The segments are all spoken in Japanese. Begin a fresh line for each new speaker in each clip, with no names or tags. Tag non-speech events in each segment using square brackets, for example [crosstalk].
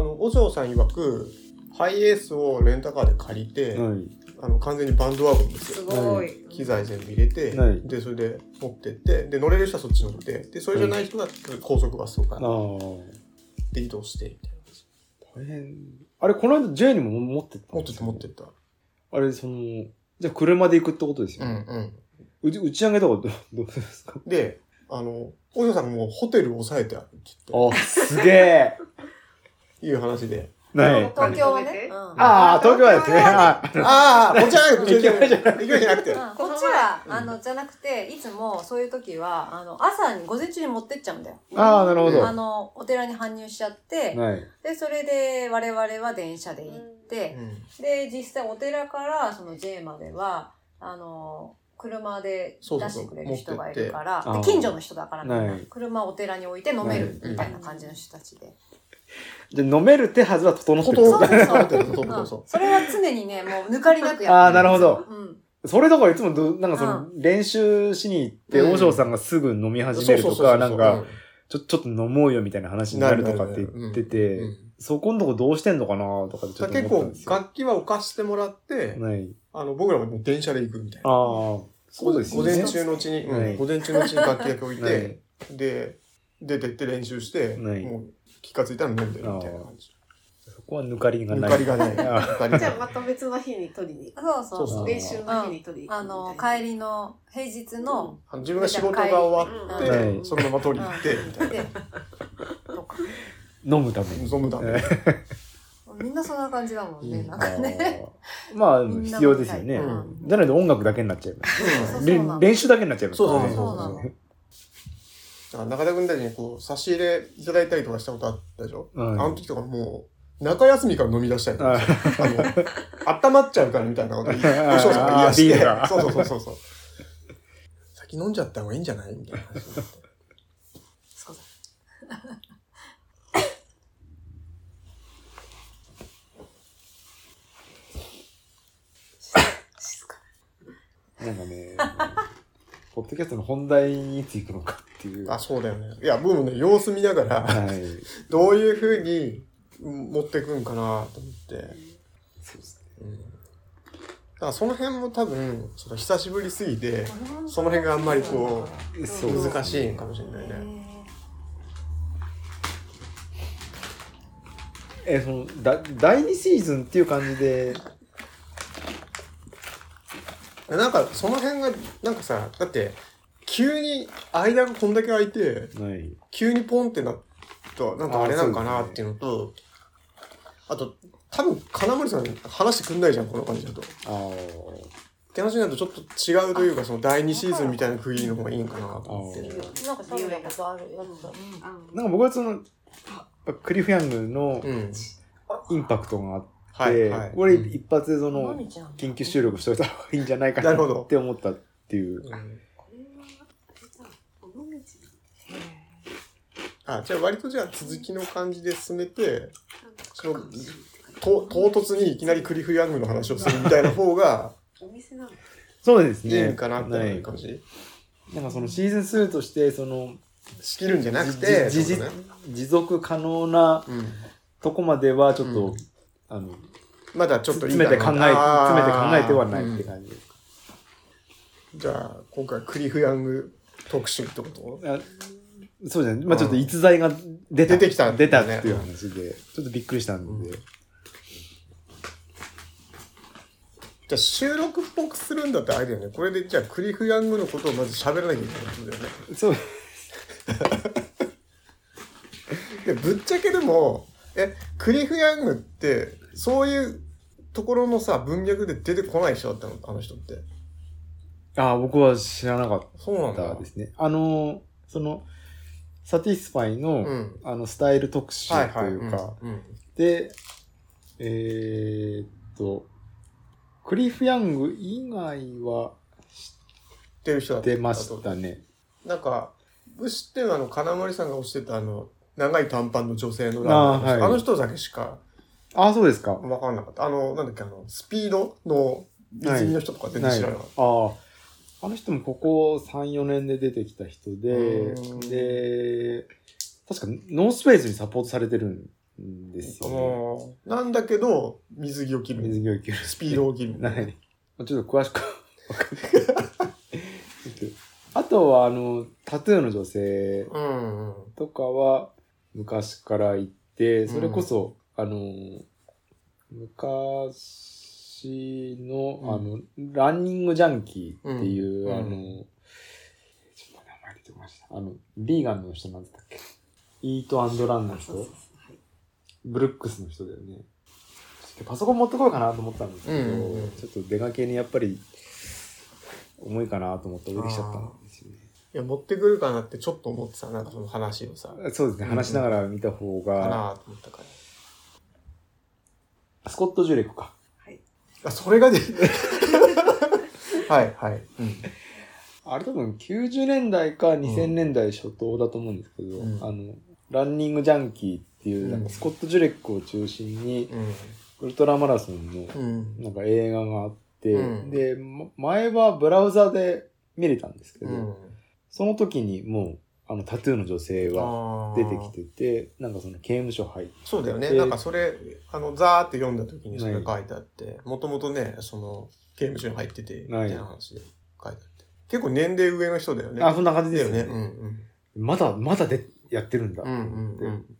お嬢さん曰く、ハイエースをレンタカーで借りて、
はい。
あの、完全にバンドワゴンです
す
よ。
ご。
はい
機材全部入れて、
はい
で、それで持ってって、で、乗れる人はそっち乗って、で、それじゃない人は高速バスとか
ああ。大
で移動して、みたいな。
変。あれ、この間 J にも持ってった
持
ん
っ
で
て
す
っ
よ
た、持ってった。
あれ、その、じゃあ車で行くってことですよ
うん
ね。
うん。
うち、打ち上げとかどどう [laughs] ですか
で、あの、お嬢さんもうホテル押さえてあるって言っ
あ、す [laughs] げえ。
て、いう話で。
はい。
東京はね。
ああ、東京はですね。は
ああ、こっちは行く
行く
じゃなく
[laughs]
て。行くじゃなくて。
うんこっちは、あの、じゃなくて、いつもそういう時は、あの、朝に、午前中に持ってっちゃうんだよ。
い。ああ、なるほど。
あの、お寺に搬入しちゃって、
はい。
で、それで我々は電車で行って、
うん
で、実際お寺からその J までは、あの、車で出
そうそう
し
そう
てくれる人がいるから、
持ってって
で近所の人だからみんな、
はい
車をお寺に置いて飲める
はい
みたいな感じの人たちで。
じゃあ飲める手はずは整ってる。
そうそうそう。
そうそうそう
うん
そう
それは常にね、もう抜かりなくやってる
ああ、なるほど。
うん。
それだからいつもど、なんかその、練習しに行って、
うん
和尚さんがすぐ飲み始
そ
め
う
る
そう
と
そうそ
か、
う
なんか、、ちょ、ちょっと飲もうよみたいな話になるとかって言って
うんう
て、
ん
そこんとこどうしてんのかなとかってちょ
だか
っと
ら結
思ったんです
構、
よ。
楽器は置かしてもらって、
はい。
あの、僕らも電車で行くみたい
あ
な。
あ、そうです
午
よ
前
ね。
中のうちに、
は
う
い
ん午前中のうちに楽器だけ置い
は
て、で、出てって練習して、
はい
もう気がついたら飲んでるみたいな感じ。
そこは抜かりが
ゆ
ない。
かりがない。ゆ
あ
かりが
じゃあ
な
ま
い。
た別の日に取りに行
そうそう
そう
そ
そう
く。
う。
練習の日に取りに行
あ
くみたいな。
の、帰りの、平日の、
あの自分が仕事が終わっ
は
て、
い
そのまま取りに行って、みたい
で、とか。
飲むため
な。
に。
飲むため。
みんなそんな感じだもんね、
うん
なんかね。
あーまあ、必要ですよね
みんな。
じゃないと音楽だけになっちゃいます。
そう
れ
なの
練習だけになっちゃいますからね。
そう
なの
だから中田君たちにこう差し入れいただいたりとかしたことあったでしょ、
はい
あの時とかもう中休みから飲み出したりとか
あー
あの、温まっちゃうからみたいなことを、
ー
そうそう、言い出し
ビール
て。[laughs]
が
そうそうそうそうそう。先飲んじゃった方がいいんじゃないみたいな話になって。
そうだ。静か。
なんかね、ポッドキャストの本題にいつ行くのかっていう。
あ、
は
そうだよね。いや、僕もね、様子見なが
[laughs]
ら、
い。
どういうふうにうん持ってくんかなと思って。
そうですね。
うんだからその辺も多分、ちょっと久しぶりすぎて、
こ
その辺があんまりこ、
そううですね
難しいかもしれないね。
えそのだ第2シーズンっていう感じで、
なんか、その辺が、なんかさ、だって、急に間がこんだけ空いて、
はい、
急にポンってなった、なんかあれなんかな
あーそう
っ
ですね
ていうのと、あと、多分金森さん話してくんないじゃん、この感じだと。っ
あー
て話になるとちょっと違うというか、その第2シーズンみたいな区切りの方がいいんかなと思っ
あ
て。
なんかそんなことあるやつだ。うん
なんか僕はそのクリフ・ヤングの
うん。
インパクトがあって、
はい、はい。
これ
うん
一発でその
何じゃん
緊急収録しといた方がいいんじゃないか
なる
な
ほど
って思ったってい
う
う。
ん
これは、あれだ、尾道なん
あ、じゃあ割とじゃあ続きの感じで進めて、
だ
その
かもしれないって書い
と
てあ
唐突にいきなりクリフ・ヤングの話をするみたいな方が
るお店なのか
そうです
いい
[laughs] ね。
んかなって
は
ないる感じ。
なんかそのシーズン2として、その、
仕切るんじゃなくて、
じ
そ
じ
うだね
持続可能な
うん。
とこまではちょっと、
うん
あの、
まだちょっといい
詰めて考え、詰めて考えては
な
な
あー
いって
うん
感じですか。
じゃあ、今回クリフ・ヤング特集ってこと
あそうじゃない。まあちょっと逸材が出た。
出てきたんだ
出
よね
たっていう話で、ちょっとびっくりしたんで。
じゃあ収録っぽくするんだったらあれだよね。これでじゃあクリフ・ヤングのことをまず喋らなきゃいけないってことだよね。
そう。
で、ぶっちゃけでも、え、クリフ・ヤングって、そういうところのさ、文脈で出てこない人だったのあの人って。
ああ、僕は知らなかっ
そうなんだ
た。ですね。あの、その、サティスファイの、
うん
あの、スタイル特集と
はい
いうか、
はい。うんうん
で、えー、っと、クリフ・ヤング以外は
出る人だった。
出ましたね。
なんか、う知ってるあの、金森さんが推してたあの、長い短パンの女性のラ
あ
ーメ
ー
ン
はい
あの人だけしか
ああ、そうですか。
分かんなかった。あの、なんだっけ、あの、スピードの水着の人とか全然知らなかった。
ああ。あの人もここ3、4年で出てきた人で
う、ん
で、確かノースペースにサポートされてるんんです
あ
よね。
のーなんだけど、水着を着る。
水着を着る。
ス
[laughs]
ピードを着る。
はい。ちょっと詳しくわかんない。あとは、あの、タトゥーの女性
うんうん。
とかは昔からいて、それこそ、あの、昔の、あの、ランニングジャンキーっていう、
うん
あの、
うん
ちょっと名前出てこました。あの、リーガンの人なんだったっけイートランの
そ
人
うそうそうはい
ブルックスの人だよね。ちょっとパソコン持ってこようかなと思ったんですけど、
うんうんうん
ちょっと出かけにやっぱり重いかなと思って置いてきちゃったんですよね。
いや、持ってくるかなってちょっと思ってた、なんかその話をさ。
そうですね、話しながら見た方
かな
が、
と思ったから。
スコット・ジュレクか。
はい。
あ、それが
[laughs]
で、はい、はい。
あれ多分90年代か2000年代初頭だと思うんですけど、
うん
あの、ランニングジャンキーっていう、なん
うん
かスコット・ジュレックを中心に、
うん。
ウルトラマラソンの
うん。
なんか映画があって、
うん
で、ま前はブラウザで見れたんですけ
う
ど、
ん。
その時にもう、あの、タトゥーの女性
あ
は出てき。てて、なんかその刑務所入って、
そうだよね。
で
なんかそれ、あの、ザーって読んだ時にそれ書いてあって、もともとね、その、刑務所に入ってて、みたいな話で書いてあって。結構年齢上の人だよね。
あ、そんな感じ
だ
で
よ
すよ
ね。う
ね。
んうん。
まだ、まだでやってるんだ。
うんうん
で
うん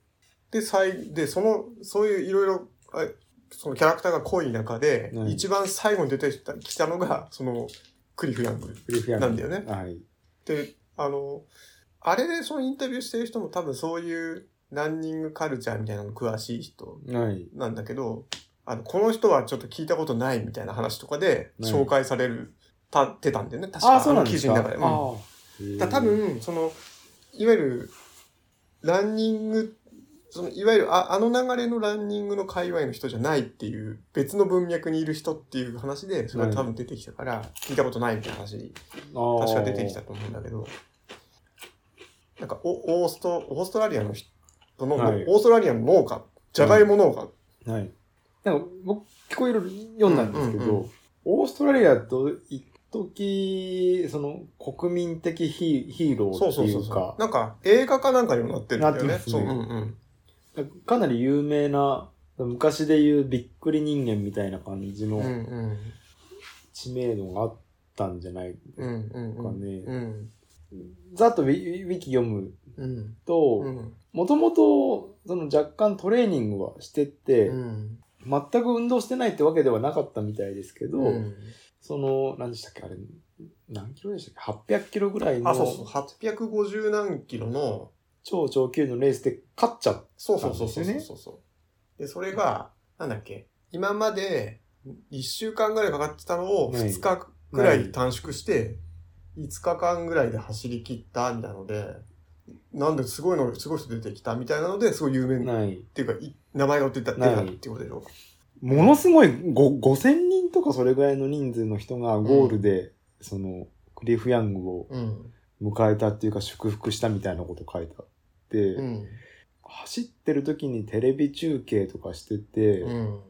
で、最、で、その、そういういろいろ、あそのキャラクターが濃い中で、
うん
一番最後に出てきたきたのが、その、クリフ・ヤング。
クリフィアン
なんだよね
はい。
で、あの、あれでそのインタビューしてる人も多分そういうランニングカルチャーみたいなの詳しい人
はい。
なんだけど、あの、この人はちょっと聞いたことないみたいな話とかで
うん
紹介される、た、てたんだよね。確か
あ、そうなんですか。
あの記事の中で。うん
あー
だ多、分そのいわゆるランニングそのいわゆるああの流れのランニングの界隈の人じゃないっていう別の文脈にいる人っていう話でそれが多分出てきたから聞いたことないみたいな話確
確
か出てきた。と思うんだけどなんかおオーストオーストラリアの人の、
はい
オーストラリアの農家じゃがいも農家、
はい。なんか、僕、結構いろいろ読んだんですけど、
うんうんう
オーストラリアと一時、その、国民的ヒーヒーロ
そう
ー
そ
っ
う
てい
そう
う
そ
か
う、なんか映画かなんかにもなってるんだよね
なってますね
そう、うんうん、
かなり有名な、昔で言うびっくり人間みたいな感じの、
うんうん
知名度があったんじゃない
うんうんうん
ね
うん
ざっとウィウィキ読む
うん
と
う、ん
もともとその若干トレーニングはしてて、
うん
全く運動してないってわけではなかったみたいですけど、
うん
その、何でしたっけあれ、何キロでしたっけ ?800 キロぐらい
あ、そうそう、
の
850何キロの、
超長級のレースで勝っちゃっ
そうそうそう
あそ
そうう
です
そう
よね
そうで、それが、なんだっけ、今まで1週間ぐらいかかってたのを
はい
2日ぐら
はい
い短縮して、5日間ぐらいで走り切ったみたいなので、なんですごいの、すごい人出てきたみたいなので、すごい有名
た。
な、っ
ない。
ていうか、い名前が出た出
ない
たっていうことでしょ。
ものすごいご5000人とかそれぐらいの人数の人がゴールで、その、クリフ・ヤングを
うん。
迎えたっていうか祝福したみたいなこと書いてあって、
うん。
走ってる時にテレビ中継とかしてて、
うん。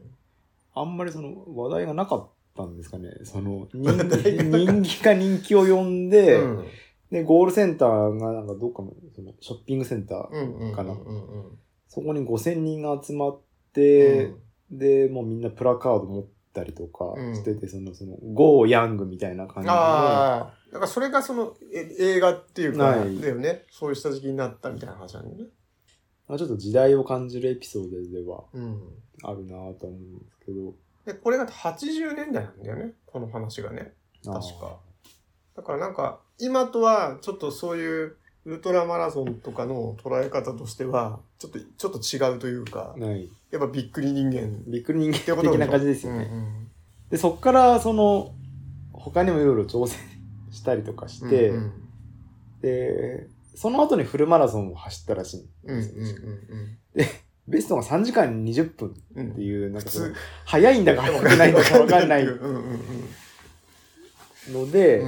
あんまりその話題がなかったんですかね。そ [laughs] の
話
人
題がなかった
人気か人気を呼んで、
うん
で、ゴールセンターがなんかどっかのそのショッピングセンター、
うんうん。
かな
うんうん
そこに5000人が集まっ
うん。
て、で、もうみんなプラカード持ったりとかしてて、その、その、ゴーヤングみたいな感じの、
ああ、だからそれがそのえ映画っていうか、
はい
だよね。そういう下敷きになったみたいな話なんだよね。
まあちょっと時代を感じるエピソードでは
うん。
あるなぁと思うんですけど。
で、これが80年代なんだよね。この話がね。確か。だからなんか、今とはちょっとそういうウルトラマラソンとかの捉え方としては、ちょっと、ちょっと違うというか
あー。、ない。
やっぱびっくり人間っ
びっくり人
て
間
こと
的
しょ
な感じですよね。
うん
で、そっから、その、他にもいろいろ挑戦したりとか
う
し
ん
て、
うん
で、その後にフルマラソンを走ったらしい。
うんうんうん
ベストが3時間20分
うんうん
っていう、なん
普
かその
通、
早いんだか早くないんだかわかんない
うんうんうん
ので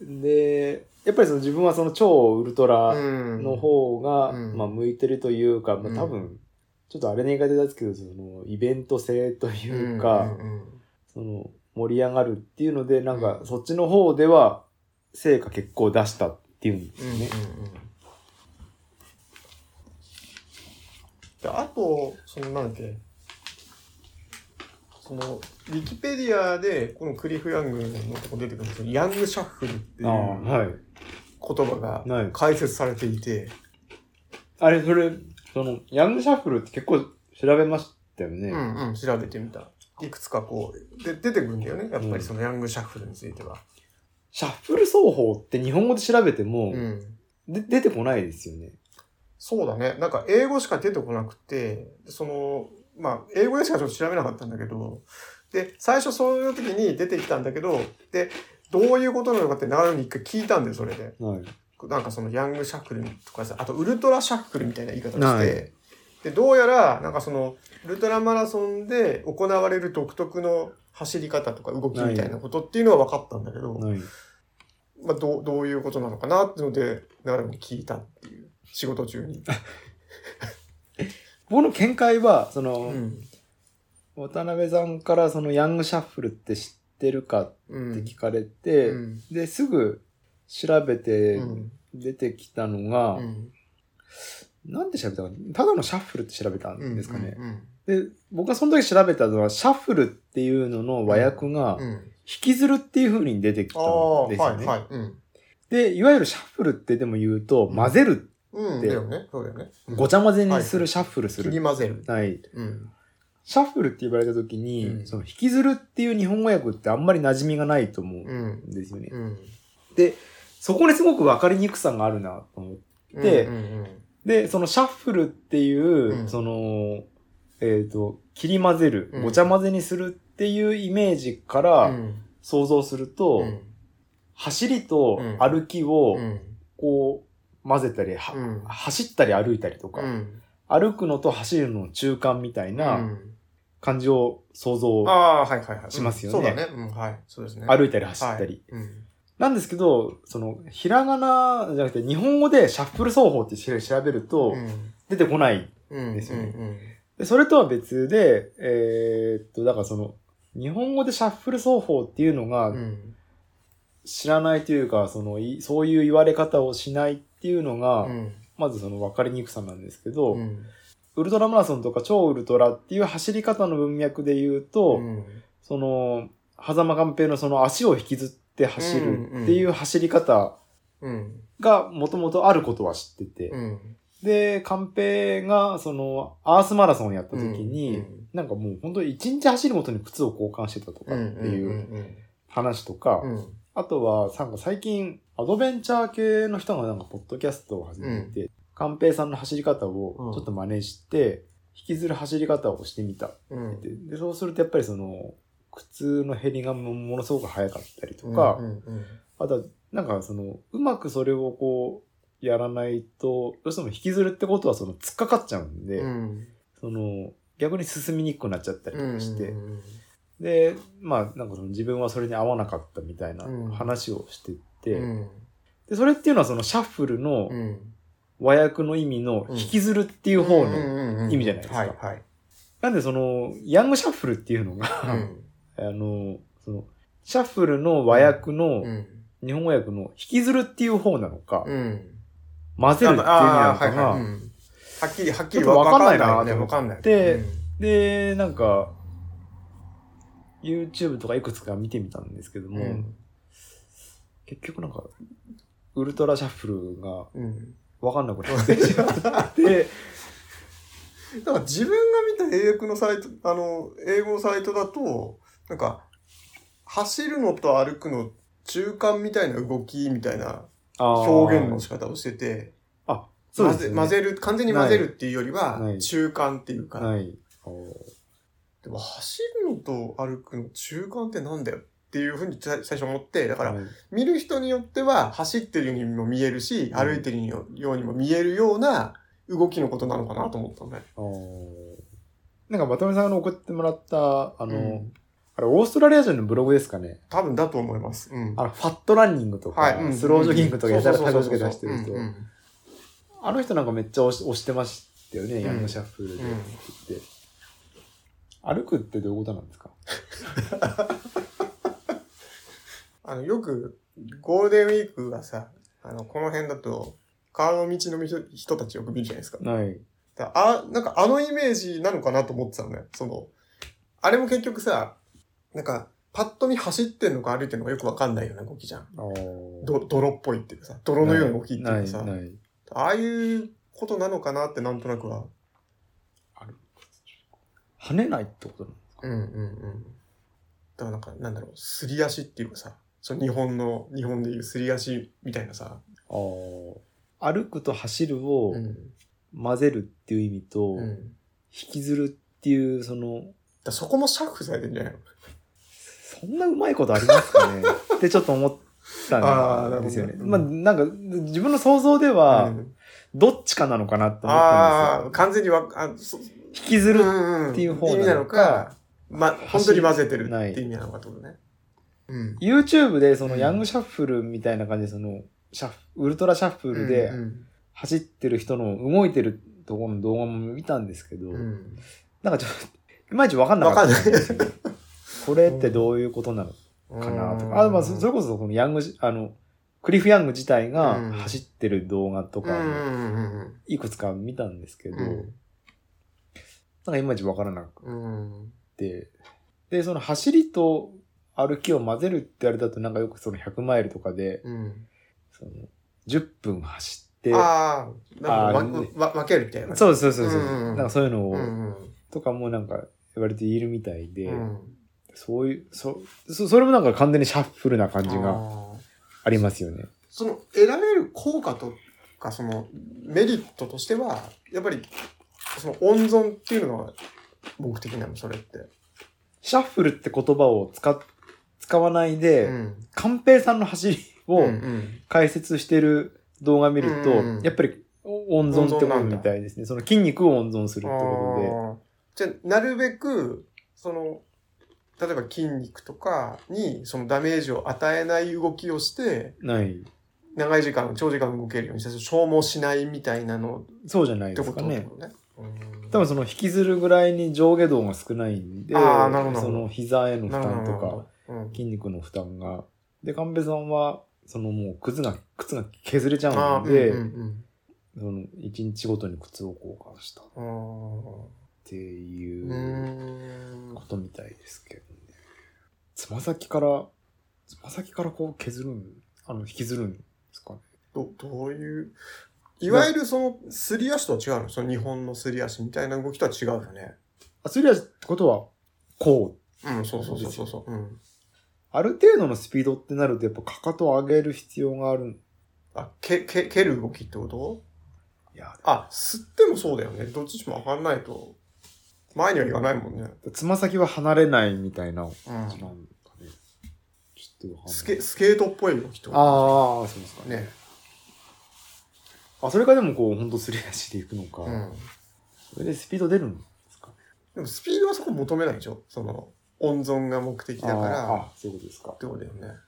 う、ん
で、やっぱりその自分はその超ウルトラ
うん。
の方が、
うん
まあ向いてるというか、まあ
うん
多分、ちょっとあれの言い方ですけど、そのイベント性というか、
んうんうん
その盛り上がるっていうので、なんかそっちの方では成果結構出したっていうんです
うんうん
ね。
うんであと、そのなんだっけ、その、ウィキペディアで、このクリフ・ヤングのとこ出てくるんですけど、ヤングシャッフルってい
ああ、
う
はい。
言葉
は
が
い
解説されていて、
あれ、それ、その、ヤングシャッフルって結構調べましたよね。
うんうん、調べてみた。いくつかこう、で出てくるんだよね、やっぱりそのヤングシャッフルについては。
シャッフル奏法って日本語で調べても、
うん
で出てこないですよね。
そうだね。なんか英語しか出てこなくて、その、まあ、英語でしかちょっと調べなかったんだけど、で、最初そういう時に出てきたんだけど、で、どういうことなのかって流れに一回聞いたんだよ、それで。
はい。
なんかそのヤングシャッフルとかさ、あとウルトラシャッフルみたいな言い方をし
はい
て、で、どうやら、なんかその、ウルトラマラソンで行われる独特の走り方とか動きみたいなことっていうのは分かったんだけど、
はい。
まあ、どう、どういうことなのかなっていうので、流れに聞いたっていう、仕事中
[laughs]
に。
僕の見解は、その、
うん
渡辺さんからそのヤングシャッフルって知ってるかっ
う
て
ん
聞かれて、
うん
で、すぐ調べて
うん
出てきたのが、
うん
なんで調べたのただのシャッフルって調べたんですかね。
うん
で、僕がその時調べたのは、シャッフルっていうのの和訳が
うん、うん
引きずるっていう風に出てき
あ
た
あ
ん
は
で
い
すよね。
はいうん
で、いわゆるシャッフルってでも言うと、
うん
混ぜる、
うん
で
だよねそうだよねうん
ごちゃ混ぜにす
は
る、
い
シャッフルす
切り
る。
混ぜる
はい。
うん
シャッフルって言われた時に、
うん
その引きずるっていう日本語訳ってあんまり馴染みがないと思
う
う
んん
ですよね。
うん
で、そこにすごく分かりにくさがあるなと思って。で
うんうん
で、そのシャッフルっていう、
うん
その、えっ、と、切り混ぜる、
うん
ごちゃ混ぜにするっていうイメージから
うん
想像すると、
うん
走りと
うん
歩きを
うん
こう混ぜたり、は
うん
走ったり歩いたりとか、
うん
歩くのと走るのの中間みたいな
うん
感じを想像、
ああはいはいはい
しますよ
う
ね
んそうだねうんはいそうですね
歩いたり走ったり、
はいうん
なんですけど、その、ひらがなじゃなくて日本語でシャッフル奏法って調べると
うん
出てこない
うん
ですよね
うん
で、それとは別で、えーっと、だからその、日本語でシャッフル奏法っていうのが
うんうん
知らないというか、そのい、そういう言われ方をしないっていうのが、
うん
まずその分かりにくさなんですけど、
うん
ウルトラマラソンとか超ウルトラっていう走り方の文脈で言うと、
うん
その、狭間寛平のその足を引きずって走るっていう走り方
うん
がもともとあることは知ってて、
うん
で、寛平がその、アースマラソンをやった時に、
うん
なんかもう本当に一日走るごとに靴を交換してたとかっていうん
うん
話とか、
うんうん
あとは、なんか最近、アドベンチャー系の人がなんかポッドキャストを始めて、寛平さんの走り方をちょっと真似して、引きずる走り方をしてみたって
うん
言ってで、そうするとやっぱりその、靴の減りがもものすごく早かったりとか、
うんうん
あとは、なんかその、うまくそれをこう、やらないと、どうしても引きずるってことはその、突っかかっちゃうんで、
うん
その、逆に進みにくくなっちゃったりとかして、
うんうん
で、まあ、なんかその自分はそれに合わなかったみたいな
うん
話をしてて、
うん
で、それっていうのはそのシャッフルの
うん
和訳の意味の
うん
引きずるっていう方の、意味じゃないですか
はいはい。
なんでその、ヤングシャッフルっていうのが、 [laughs] あの、その、シャッフルの和訳の、
うん
日本語訳の引きずるっていう方なのか、
うん。
混ぜるっていう意味なのかが、
はいはいうんはっきり、はっきり
ちょっと
わ
わ
か
か
ん
ん
な
ないい
な
な
ね。わかんない。
で
うん、
で、なんか、YouTube とかいくつか見てみたんですけども、
うん
結局なんか、ウルトラシャッフルが
うん。
わかんなくなってしまって、
だから自分が見た英訳のサイト、あの、英語のサイトだと、なんか、走るのと歩くの中間みたいな動きみたいな表現の仕方をしてて、
あ、そう
混
です
ぜ
ね。
混ぜる、完全に混ぜるっていうより
な
は、
い
中間っていうか、
はい。お
でも走るのと歩くの中間ってなんだよっていうふうに最最初思って、だ
ー
から、
はい
見る人によっては走ってるようにも見えるし、
うん
歩いてるようにも見えるような動きのことなのかなと思ったんだよ。
おーなんか、渡辺さんの送ってもらった、あ
う
の、
ん
あれ、オーストラリア人のブログですかね。
多分だと思います。うん。
あの、ファットランニングとか、
はいうん
スロージョギングとか、やたら
そう
タ
そ
グ
うそう
付け
そう
出してる
うんう
人。
ん
あの人なんかめっちゃ押し押してましたよね、ヤングシャッフルで
うん
って。歩くってどういうことなんですか
あの、よく、ゴールデンウィークはさ、あの、この辺だと、川の道の人人たちよく見るじゃないですか。
はい。
だあ、なんかあのイメージなのかなと思ってたのね。その、あれも結局さ、なんか、パッと見走ってんのか歩いてんのかよくわかんないような動きじゃん。
あー
ど、泥っぽいっていうかさ、泥のような動きっていう
ない
かさ、
ない。
ああいうことなのかなってなんとなくは。
跳ねないってことなの
うんうんうん。だからなんか、なんだろう、すり足っていうかさ、その日本の、日本でいうすり足みたいなさ、
あー歩くと走るを
うん。
混ぜるっていう意味と、
うん。だ
引
か
きずるっていう、その、
らそこもシャッフされてんじゃないの
そんなうまいことあります
[laughs]
かねってちょっと思ったんですよね。
あー
ま
な
あ
るほ
なんか自分の想像で
う
は
ん
どっちかなのかなって思ったん
ああ、完全にわ、あ、そ
ですよ。引きず
っ
るっていう方
意味なのか、ま、本当に混ぜてるって意味なのかってことね。うん。
YouTube でその
うん
ヤングシャッフルみたいな感じでそのシャッフウルトラシャッフルで
うん
走ってる人の動いてるところの動画も見たんですけど、
うんうん
なんかちょっといまいちわかんなかったんですよね。これってどういうことなのかなとか。あまあそそれこそこのヤングジ、あの、クリフ・ヤング自体が
うん
走ってる動画と
うんう
か
ん
も
うん
いくつか見たんですけど、
うん
なんかいまいちわからなく
うん。
て、で、その走りと歩きを混ぜるってあれだとなんかよくその100マイルとかで、
うん。
その10分走って、
ああ、な
あ
んか
ー
わわ分けるみたいな。
そうそうそうそう、
うんうんうん
なんかそういうのを、
うん
とかもなんか割といるみたいで、
うんうん。
そういう、そ、そそれもなんか完全にシャッフルな感じが
あー
ありますよね。
その得られる効果とか、そのメリットとしては、やっぱり、その温存っていうのが目的なの、それって。
シャッフルって言葉を使っ、使わないで、
うん
寛平さんの走りを
うんうん
解説してる動画見ると、
うんうん
やっぱり温存ってことみたいですね。その筋肉を温存するってこ
あーじゃあなるべくその例えば筋肉とかにそのダメージを与えない動きをして
とで、ない。
長い時間長時間動けるようにして消耗しないみたいなの
そうじゃない
っ
で
てこ
すか
と
ね。
だよねうん
多分その引きずるぐらいに上下動が少ないんで、
あーなるほど
その膝への負
なるほ
担
どなる
と
ほ
か、
どうん
筋肉の負担が。で、神戸さんは、そのもう靴が、靴が削れちゃ
あー
うんで、
うんうん
その一日ごとに靴を交換したっ
うん
ていううんことみたいですけどね。つま先から、つま先からこう削るん、あの、引きずるんですかね。
どどういういわゆるそのすり足とは違うのその日本のすり足みたいな動きとは違うよね
あ、それはってことは、こう。
うんそうそうそうそうそううん
ある程度のスピードってなると、やっぱかかとを上げる必要がある。
あけけ蹴る動きってこと
いや、
あ、吸ってもそうだよね。どっちも上がんないと、前にはいかないもんね。
つま先は離れないみたいな
う
感じなんかね。ちょっとわかんない
スケ、スケートっぽい動きとか。
ああ、そうですかね。
ね。
あ、それかでもこう、ほんとすり足で行くのか。
うん。
それでスピード出るんですかね。
でもスピードはそこ求めないでしょその、温存が目的だか
あー
ら、っ
あ、そういうことですか。
てことだよね。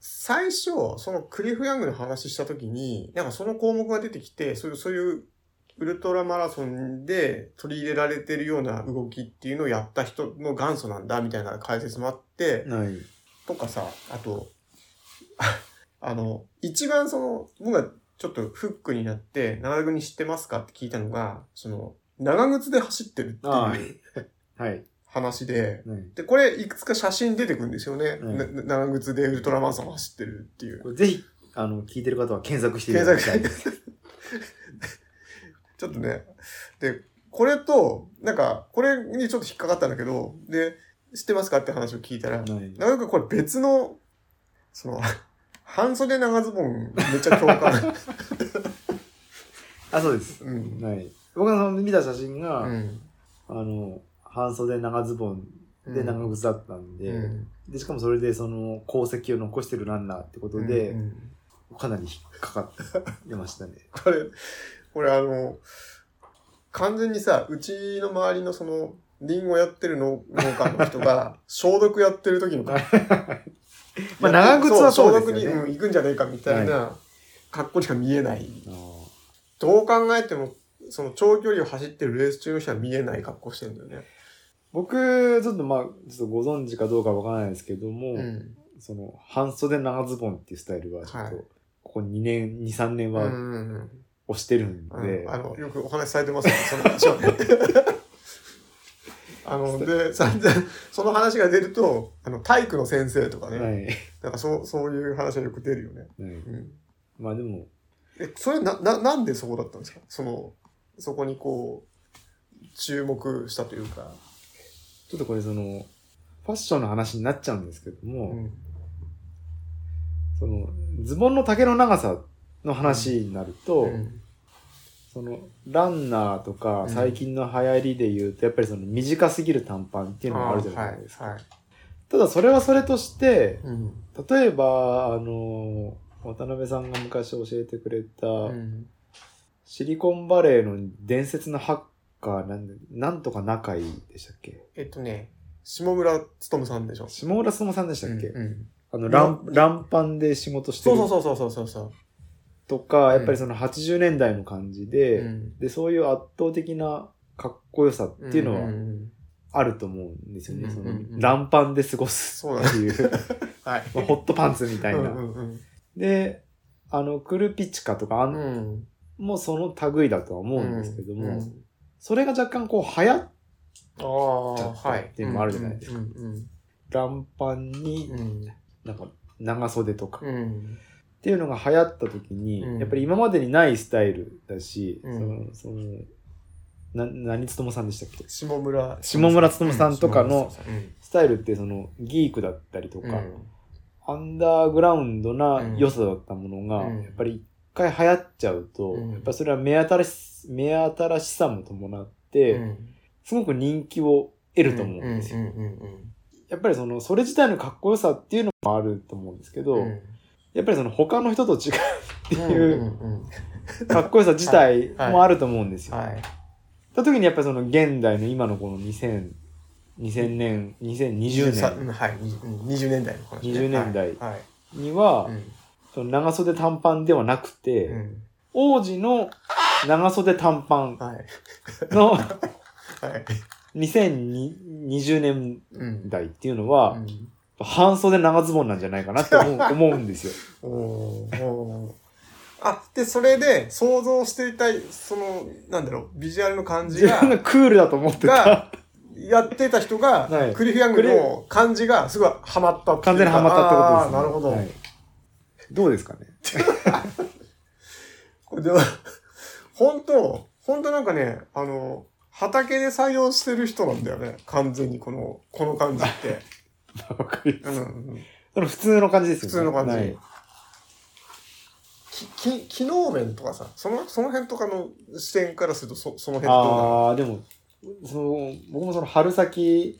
最初、そのクリフ・ヤングの話したときに、なんかその項目が出てきて、そういう、そういう、ウルトラマラソンで取り入れられてるような動きっていうのをやった人の元祖なんだ、みたいな解説もあって、
ない。
とかさ、あと、 [laughs] あの、一番その、僕がちょっとフックになって、長靴に知ってますかって聞いたのが、その、長靴で走ってるって
あ
いう
[laughs] はい。
話で、
ない
で、これいくつか写真出てくるんですよね。
うん
なな長靴でウルトラマンソン走ってるっていう。
これぜひ、あの、聞いてる方は検索していただきたいです。
[laughs] ちょっとね。で、これと、なんか、これにちょっと引っかかったんだけど、で、知ってますかって話を聞いたら、
ない
なんかこれ別の、その、半袖長ズボンめっちゃ共感。
あ、そうです。
うん。
ない。僕がその見た写真が、
うん。
あの、半袖長ズボンで長靴だったんで、
うん
で、しかもそれでその功績を残してるランナーってことで、
うんうん
かなり引っかかってましたね。
[laughs] これ、これあの、完全にさ、うちの周りのその、リンゴやってる農農家の人が、消毒やってる時の。
まあ長靴はそうですよね
消毒に、うん行くんじゃねえかみたいな、格好しか見えない。
あ
どう考えても、その長距離を走ってるレース中の人は見えない格好してるんだよね。
僕、ちょっとまあ、ちょっとご存知かどうかわからないですけども、
うん。
その、半袖長ズボンっていうスタイルは、ちょっと、
はい
ここ2年、2、3年
うんう
は
んうん。
をしてるんで、
うんあの、よくお話しされてますね、その話は。 [laughs] あの、で、散々、その話が出ると、あの、体育の先生とかね、
はい。
なんかそう、そういう話がよく出るよね。
はい
うん。
まあでも、
え、それな、な、なんでそこだったんですかその、そこにこう、注目したというか。
ちょっとこれその、ファッションの話になっちゃうんですけども、
うん。
その、ズボンの丈の長さの話になると、
うん
その、ランナーとか
うん
最近の流行りで言うと、やっぱりその短すぎる短パンっていうのがあるじゃないですか。
はい。はい
ただそれはそれとして、
うん。
例えば、あの、渡辺さんが昔教えてくれた、
うん
シリコンバレーの伝説のハッカーなんだ、なんとか仲いいでしたっけ
えっとね、下村勉さんでしょ。
下村相撲さんでしたっけ、
うんうん
あの、ラン、ランパンで仕事して
そう
る
そうそうそうそうそう。
とか、
ん
やっぱりその80年代の感じで、
うん
で、そういう圧倒的なかっこよさっていうの
ん
は
んん
あると思うんですよね。
うん
そ
うん
の
う、ん
ランパンで過ごす
そうだね。
っていう、
はい。
[laughs] まあホットパンツみたいな。
うんうん
で、あの、クルピチカとかあ、
うんん。
もうその類だとは思うんですけども、
うん
それが若干こう流行っ
ああ、はい。
っていうのもあるじゃないです
か。うん
ランパンに
うんうん。
なんか長袖とか、
うんうん
っていうのが流行った時に、
うん
やっぱり今までにないスタイルだし、
うん
その、その、な、何つともさんでしたっけ
下村。
下村勤さんとかの
うん、
スタイルってその、ギークだったりと
と
か、アンダーグラウンドな
うん
良さだったものが、
うん
やっぱり一回流行っちゃうと、
うん
やっぱそれは目新し、目新しさも伴って、すごく人気を得ると思うんですよ。
うんうんうん
やっぱりその、それ自体のかっこよさっていうのもあると思うんですけど、
うん。っ
やっぱりその他の人と違
て
いう
うん。
うかっこよさ自体もあると思うんですよ。
はい。
た時にやっぱりその現代の今のこの2000、2000年、2020
さう
年
んはい。うん20年代の話ね。
20年代
はいはい。
には、
うん
その長袖短パンではなくて、
うん
王子の長袖短パン
はい。
の
[laughs] はい。
2020年
うん。
代っていうのは、
うん
半袖長ズボンなんじゃないかなって思う思うんですよ。
おーおーあ、で、それで想像していたい、その、なんだろう、ビジュアルの感じ
自
が
分、がクールだと思ってた。
やってた人が、
はい
クリフヤングの感じがすごいハマったっていうか
完全にハマったってことです、ね。
あーなるほど。
はいどうですかね。
[laughs] これで [laughs] も、本当本当なんかね、あの、畑で採用してる人なんだよね。完全にこの、この感じって。
わかり
うんうん、
その普通の感じですよね。
普通の感じ
はい
き、き、機能面とかさ、その、その辺とかの視点からすると、そ、その辺と
ああ、でも、その、僕もその春先、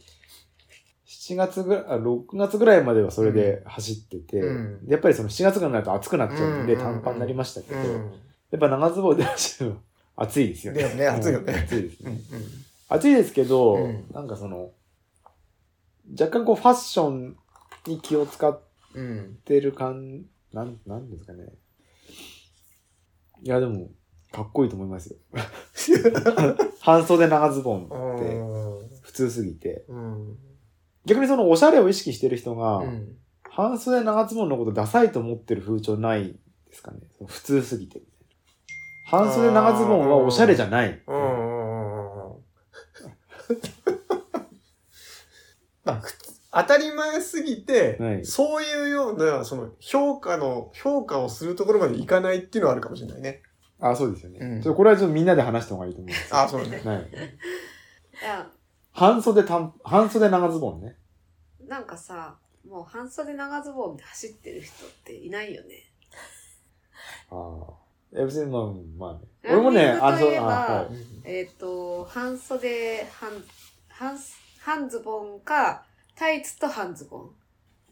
7月ぐらい、あ6月ぐらいまではそれで走ってて、
うん
やっぱりその7月ぐらいになると暑くなっちゃうんで、
うんうんうん
短パンになりましたけど、
か。うん。
やっぱ長ズボンで走るの暑いですよ
だ
ね。
よね、熱いよ
うん
ね。
暑いです
う
ね。
ん
暑いですけど、
うん
なんかその、若干こうファッションに気を使っ
うん。うん。
てる感、なん、なんですかね。いや、でも、かっこいいと思いますよ。半袖長ズボンって。普通すぎて。
うん。
逆にそのおしゃれを意識してる人
う
が、
ん。
半袖長ズボンのことダサいと思ってる風潮ないですかね。その普通すぎてみたいな。半袖長ズボンはおしゃれじゃない。
うんうんうんうんまあ、ふつ当たり前すぎて、
はい
そういうような、その、評価の、評価をするところまでいかないっていうのはあるかもしれないね。
あ、そうですよね。
うん
ちょっとこれはちょっとみんなで話した方がいいと思います。
あそうだね。
はい。
いや
半袖短、半袖長ズボンね。
なんかさもう半袖長ズボンで走ってる人っていないよね
ああ。いや別にまあ、まあね。俺もね、
ラ
あの、
ンニングといえば
は
えっ、と半袖半半半ズボンかタイツと半ズボン、
い。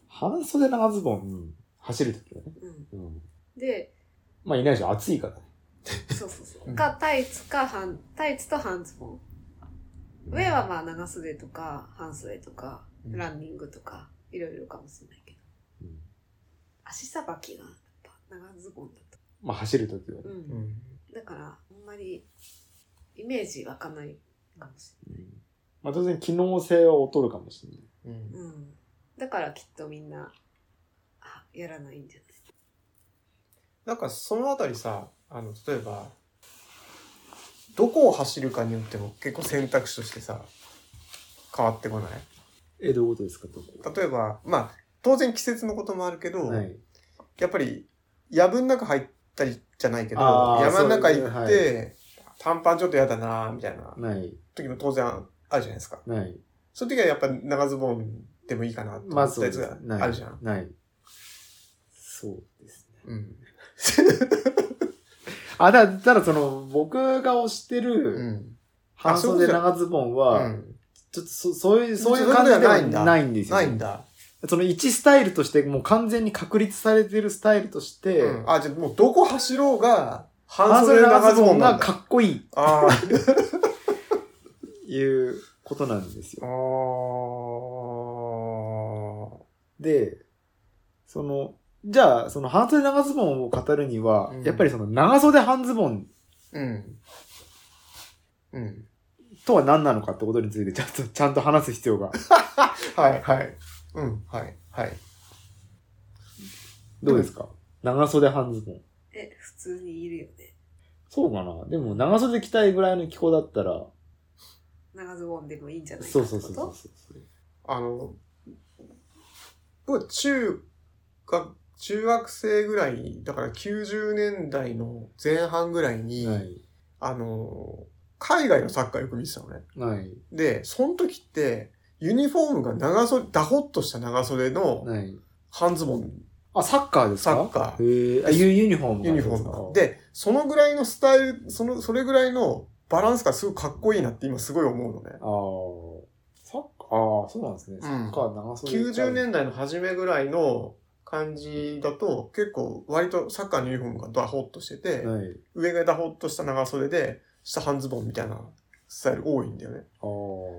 半袖長ズボン、うん走るときはね。
うん、
うん。
で
まあいないでしょ、暑いからね。
そうそうそうかタイツか半タイツと半ズボン上はまあ長袖とか半袖とか
うん
ランニングとかいろいろかもしれないけど
うん
足さばきがやっぱ長ズボンだと
まあ走るときはね。
うん
うん
だからあんまりイメージ湧かないかもし
まあ当然機能性は劣るかもしれない。
うん
れない、うん、だからきっとみんなあやらないんじゃない
なんかそのあたりさ、あの、例えば、どこを走るかによっても結構選択肢としてさ、変わってこない
え、どういうことですか、どこ
例えば、まあ、当然季節のこともあるけど、
はい。
やっぱり、野分の中入ったりじゃないけど、
あー
山の中行って、
そうい
短パンちょっと嫌だなーみたいな
ない、
時も当然あるじゃないですか。
ない。
そういう時はやっぱ長ズボンでもいいかなと思
まあ、
った
そう
や
で
つ
す
が。
ない。
あるじゃん。
ない。そうですね。
うん。
あ、だ、ただその、僕が推して
う
る、
ん。
半袖長ズボンは、
うん
ちょっとそ、そういう、そういう
そういうこ
感
と
じ
ではな
ではい
んだ
ないんですよ、
な
ね。
いんだ。
その一スタイルとして、もう完全に確立されてるスタイルとして、
うんあ、じゃあもうどこ走ろうが、半
半
袖
袖
長
長
ズ
ズ
ボ
ボ
ン
ン
なん
が
だ。
かっこいい
あー
[laughs] いうことなんですよ
あ。ー。
で、その、じゃあ、その半袖長ズボンを語るには、
うん
やっぱりその長袖半ズボン
うん。うん。
とは何なのかってことについてちゃんと、ちゃんと話す必 [laughs] 要が。
はい、はい。うん、はい、はい。
どうですか、長袖半ズボン。
え、普通にいるよね。
そうかなでも長袖着たいぐらいの気候だったら、
長ズボンでもいいんじゃないか
そ
っ
う
て
そ
こ
う
と
そうそうそう。
あの、僕は中学、中学生ぐらい、だから90年代の前半ぐらいに、
ない。
あの、海外のサッカーよく見てたのね。
ない。
で、その時って、ユニフォームが長袖、ダホっとした長袖の
ない。
半ズボン、
あ、サッカーですか
サッカ
ー。へえ。あ、ユユニフォームが
ユニフォ
そう
ー
か
ムが。で、そのぐらいのスタイル、その、それぐらいのバランスがすごいかっこいいなって今すごい思うのね。
ああ。サッカー、ああ、そうなんですね。サッカー長袖。
90年代の初めぐらいの感じだと、結構割とサッカーのユニフォームがダホっとしてて、
はい。
上がダホっとした長袖で、下半ズボンみたいなスタイル多いんだよね。
ああ。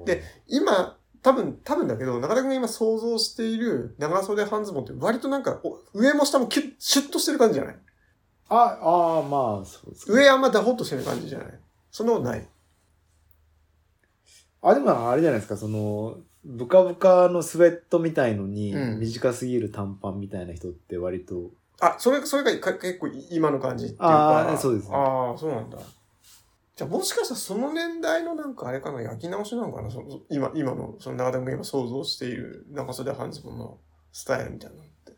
で、今、多分、多分だけど、中田君が今想像している長袖半ズボンって割となんか、お上も下もキュッ、シュッとしてる感じじゃない
あ、ああ、まあ、そうですか
上あんまダホっとしてる感じじゃないそんなことない。
あ、でもあれじゃないですか、その、ブカブカのスウェットみたいのに、
うん
短すぎる短パンみたいな人って割と、
あ、それ、それがか結構今の感じっていうか。
あーそうですね
ああ、そうなんだ。じゃあもしかしたらその年代のなんかあれかな、焼き直しなのかな、その今、今の、その長田君が今想像している長袖半ズボンのスタイルみたいなのって。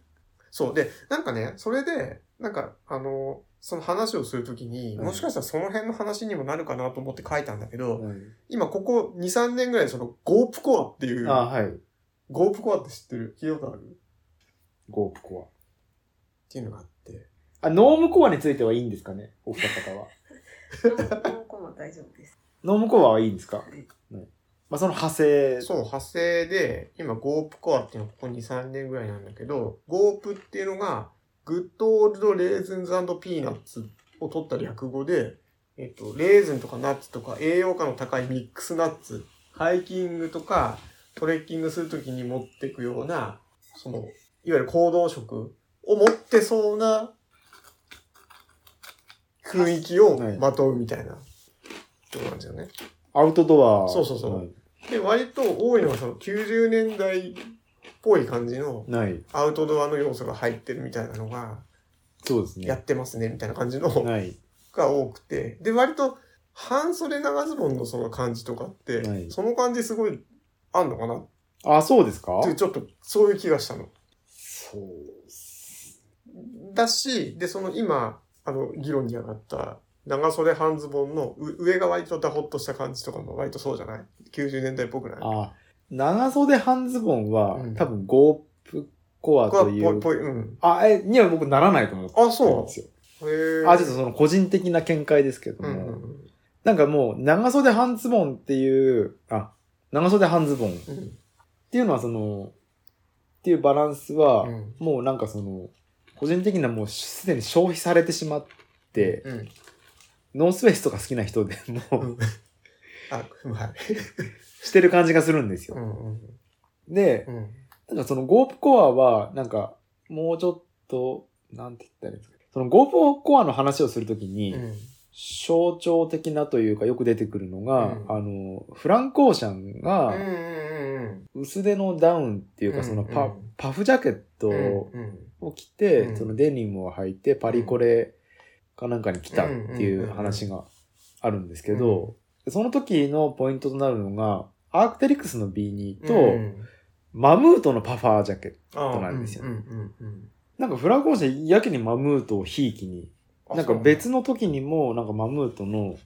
そう。で、なんかね、それで、なんか、あの、その話をするときに、
うん
もしかしたらその辺の話にもなるかなと思って書いたんだけど、
はい
今ここ2、3年ぐらいその GoPro っていう、
あはい。
GoPro って知ってる聞いたことあるっ
ゴープコ
ていうのがあって。
ア。あ、ノームコアについてはいいんですかねお二方は。
あもうこの大丈夫です。
ノームコアはいいんですか
はい
まあ、その派生。
そう、派生で、今 GoP コアっていうのはここ2、3年ぐらいなんだけど、GoP っていうのが、グッドオールドレーズンズピーナッツを取った略語で、えっと、レーズンとかナッツとか栄養価の高いミックスナッツ、ハイキングとかトレッキングするときに持ってくような、その、いわゆる行動食を持ってそうな雰囲気をまとうみたいな、ところなんですよね。
アウトドア。
そうそうそう
はい
で、割と多いのはその90年代っぽい感じの
ない。
アウトドアの要素が入ってるみたいなのが、
そうです
や
ね
っ。てますねみたいな感じの
ない。
が多くて、で、割と半袖長ズボンのその感じとかって、
はい
その感じすごいあんのかなっ
あ、そうですか
ていう、ちょっとそういう気がしたの。
そうっす。
だし、で、その今、あの、議論に上がった長袖半ズボンのう上が割とダホっとした感じとかも割とそうじゃない ?90 年代っぽくない
あ、長袖半ズボンは、
うん
多分ゴープコア
僕は
と
ぽ
い
い、
う。
ぽい、うん。
あ、え、には僕ならないと思って
あ、そう
た
なんん
ですよ。
へー
あ、ちょっとその個人的な見解ですけど
う
も、
んうんうん。
なんかもう長袖半ズボンっていう、あ、長袖半ズボンっ
うん
ていうのはその、っていうバランスは、
うん
もうなんかその、個人的なもうすでに消費されてしまって、
うん
ノースウェイスとか好きな人でも、
うんあ、うんはい。
してる感じがするんです
う
よ。
んうん
で、
うん。
なんかその GoPro コアは、なんか、もうちょっと、なんて言ったらいいんですか。その GoPro コアの話をするときに、
うん
象徴的なというかよく出てくるのが、
うん
あの、フランコーシャン
うん
が薄手のダウンっていうか、そのパ、
うん
パフジャケット
うんうん
を
うん
着て、
うん
そのデニムを履いてパリコレかなんかに来たっていう話があるんですけど、その時のポイントとなるのが、アークテリクスのビーニーと、
うん
マムートのパファージャケット。
あー
なんですよ
うんうんうん
なんかフラゴーシャやけにマムートをひいきに、
あ
なんか別の時にも、なんかマムートの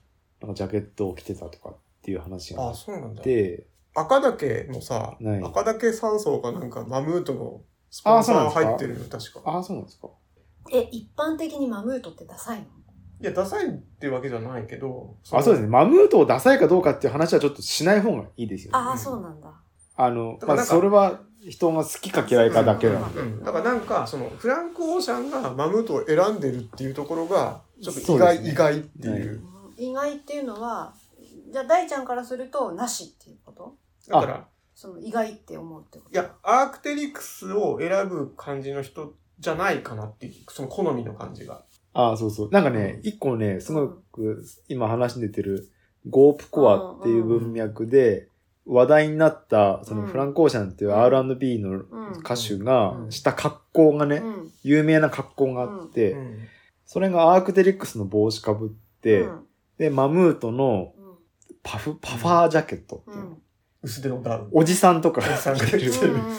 なんかジャケットを着てたとかっていう話があ
あ
っ
そうなんだ
て、
赤岳のさ
ない
赤岳山荘かなんかマムートのスポンサー入ってるの確か
ああ、そうなんですか。
え、一般的にマムートってダサいの
いやダサいってわけじゃないけど
あ、そうです
ね
ね。マムートをダサいかどうかっていう話はちょっとしない方がいいですよね。
ああ、そうなんだ。
あの、
だか
ま
ら
あ、
なんか
それは人が好きか嫌いかだけな
そ
の
う
で。
うん、だからなんかそのフランク・オーシャンがマムートを選んでるっていうところがちょっと意
そう
外、
ですね
意外っていう、
意外っていうのは、じゃあ大ちゃんからすると、なしっていうこと
だから
その意外って思うってこと
いや、アークテリクスを選ぶ感じの人じゃないかなっていうその好みの感じが
ああ、そうそう。なんかね、一個ね、すごく今話に出てる、ゴープコアっていう文脈で話題になった、その
うん
フランコーシャンっていう R&B の
うん
歌手が
うん
した格好が
う
ね、
ん。
有名な格好があっ
う
て、
ん
それがアークテリックスの帽子かぶって
う、ん
で、マムートの
うん
パフ、パファージャケットって
う。
いうん
薄手のダウン。
おじさんとか
おじさん
が
が
着て
着
う
て
ん
る
る。
うんうん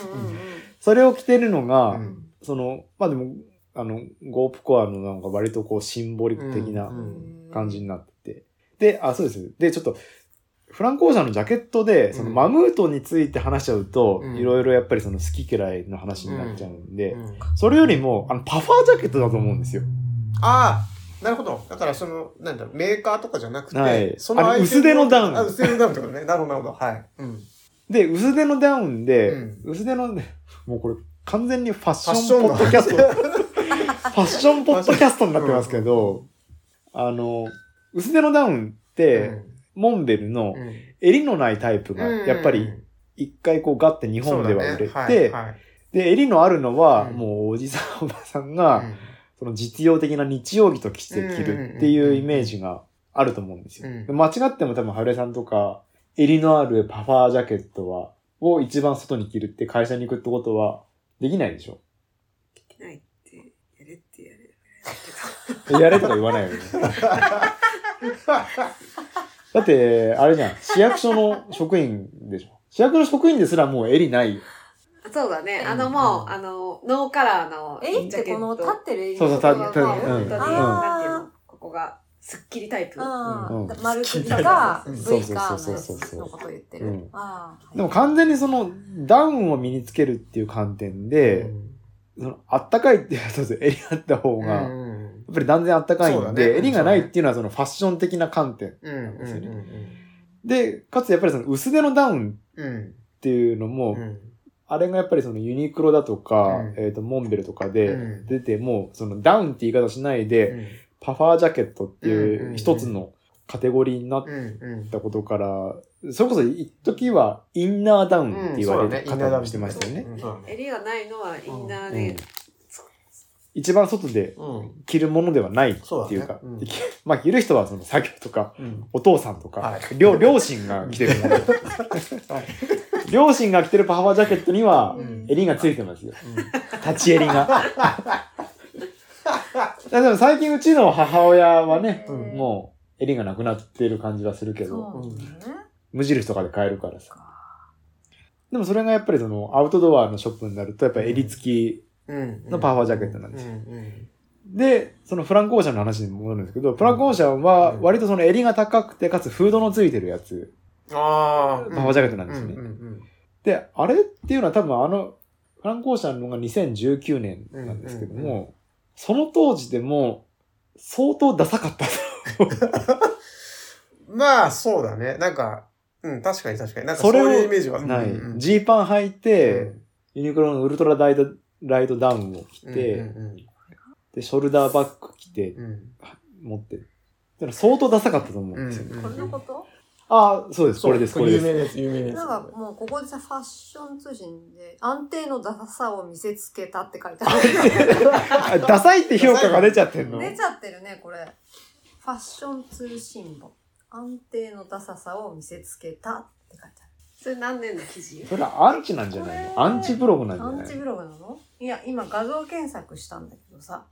それを着てるのが、
うん
その、まあでも、あの、ゴープコアのなんか割とこうシンボリック的な
うん
感じになってて。で、あ、そうです。で、ちょっと、フランコージャのジャケットで、その
うん
マムートについて話しちゃうと、
うん
いろいろやっぱりその好き嫌いの話になっちゃうんで、
うん
それよりも、あの、パファージャケットだと思うんですよ。
ああ、なるほど。だからその、なんだろう、メーカーとかじゃなくて、
はい
その
あの
アイテム
薄手のダウン
あ薄手のダウンってことね。なるほど、なるほど。はい。うん。
で、薄手のダウンで、
う
薄手の、もうこれ、完全にファッシ
ファッショ
ョ
ンの
ンポッドキャスト、フ
[laughs]
ァッションポッドキャストになってますけど、あの、薄手のダウンって、モンベルの
うん
襟のないタイプが、
うん
やっぱり一回こうガッて日本では売れて、
そうだねはいはい
で、襟のあるの
う
は、
ん
もうおじさんおばさん
う
が、
ん
その実用的な日曜着と着て着るっていうイメージがあると思うんですよ。
うん
で間違っても多分、春江さんとか、襟のあるパファージャケットは、を一番外に着るって会社に行くってことは、できないでしょ。
着ないって、やれってやればやる
やれとか言わないよね。 [laughs] だって、あれじゃん、市役所の職員でしょ。市役所の職員ですらもう襟ないよ。
けど。そうだね。
うん
あのもう、あの、ノーカラーの
えいってこの立ってる襟
そうそう
そ
立
う
っ
本
て
当
る
に、
うん
本当に
うん
なんていうのここが、すっきりタイプ。
うん
うん
丸首とか、
うん
V カ
そ
ー
う
のや
そうそう
つ
そう
のこと言ってる。
うん
ああ。
でも完全にその、ダウンを身につけるっていう観点で、その、あったかいっていうそうです襟あった方が、やっ
うん
ぱり断然あったかい
そうだ
んで、
ね
襟がないっていうのはそのファッション的な観点。
うんうんうん
で、かつやっぱりその薄手のダウン
うんうん
っていうのも、
うん
あれがやっぱりそのユニクロだとか、
うん
えっ、と、モンベルとか
う
で
ん
出ても、そのダウンって言い方しないで、パファージャケットって
うんうんう
い
ん
う一つのカテゴリーになっ
うんうん
たことから、それこそ一時はインナーダウンって言わ
うんそうだ
れる
ねインナーダ
方
ウン
もしてましたよね。
うんそうだね
襟がないのはインナー
う
で
ん、一番外で
うん
着るものではないっていうか、
そうだねうん
でき [laughs] まあ着る人はその作業とか、
うん
お父さんとか、
はい
両両親が着てるもの、両親が着てるパファージャケットには
うん
襟がついてますよ。
うん
立ち襟
[laughs]
が。いやでも最近うちの母親はね、
うん
もう襟がなくなってる感じはするけど、
そうなんだね。
無印とかで買えるからさ。でもそれがやっぱりそのアウトドアのショップになるとやっぱり襟付き
うん
のパファージャケットなんですよ。
うん
で、そのフランコーシャンの話に戻るんですけど、フランコーシャンは
うん
割とその襟が高くて、かつフードのついてるやつ、
ああ
パワージャケットな
うんんう
ですよね。
ん
で、あれっていうのは多分あの、フランコーシャンのが2019年なんですけども、
うんう
その当時でも相当ダサかった。
うんまあそうだねなんかうん確かに確かになんかそ
そうれを
いうイメージは
ない
うんうん。
ジーパン履いて、
うん
ユニクロのウルトラダイドライトダウンを着て、
うん
で、ショルダーバッグ着て
うん、うん
持ってる。だから相当ダサかったと思う
うんん
ですよね。
うん
これのこと
ああ、そうです、
そう
これです、これです
有。名です有名です
なんかもうここでさ、ファッション通信で安定のダサさを見せつけたって書いてある。
あダサいって評価が出ちゃってんの
出ちゃってるね、これ。ファッション通信簿。安定のダサさを見せつけたって書いて
それ何年の記事
それアンチなんじゃないのアンチブログなんじ
あ
ゃ
る。
な
アンチ
い
ブログなのいや、今画像検索したんだけどさ。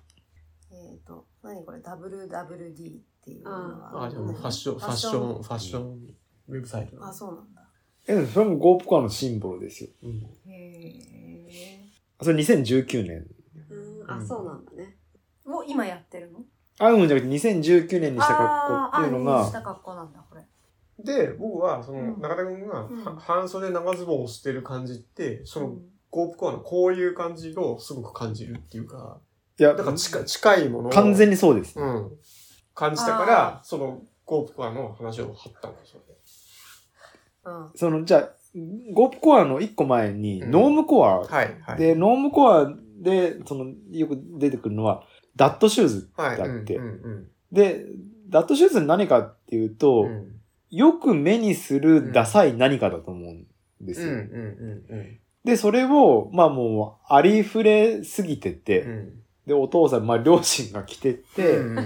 えっ、ー、と、何これ ?WWD ってっていうのが
あ、じゃあもうファッション、ファッション、ファッションウェブサイト
あ、そうなんだ。
え、でもそれもゴープカーのシンボルですよ。
うん。
へえ。
それ2019年。
うん、あ、そうなんだね。
もう今やってるの
あうんじゃなくて2019年にした格好っていうの
あーあーした
が、
格好なんだ、これ。
で、僕は、その、
うん
中田くんが、
うん
は半袖長ズボンをしてる感じって、そうの、
ん
ゴープコアのこういう感じをすごく感じるっていうか、
いや、
だから近近いものを
完全にそうです。
うん。感じたから、その、ゴープコアの話を貼ったんですよね。
うん。
その、じゃあ、ゴープコアの1個前に、
うん
ノームコア、
はい、はい。
で、ノームコアで、その、よく出てくるのは、ダットシューズ。
はい、
だって
うん、うん
で、ダットシューズ何かっていうと、
うん。うん、
よく目にするダサい何かだと思うんです
うん、
よ。
うん、うん
で、それを、まあもう、ありふれすぎてて、
うん。
で、お父さん、まあ両親が来てて、
うん、
っ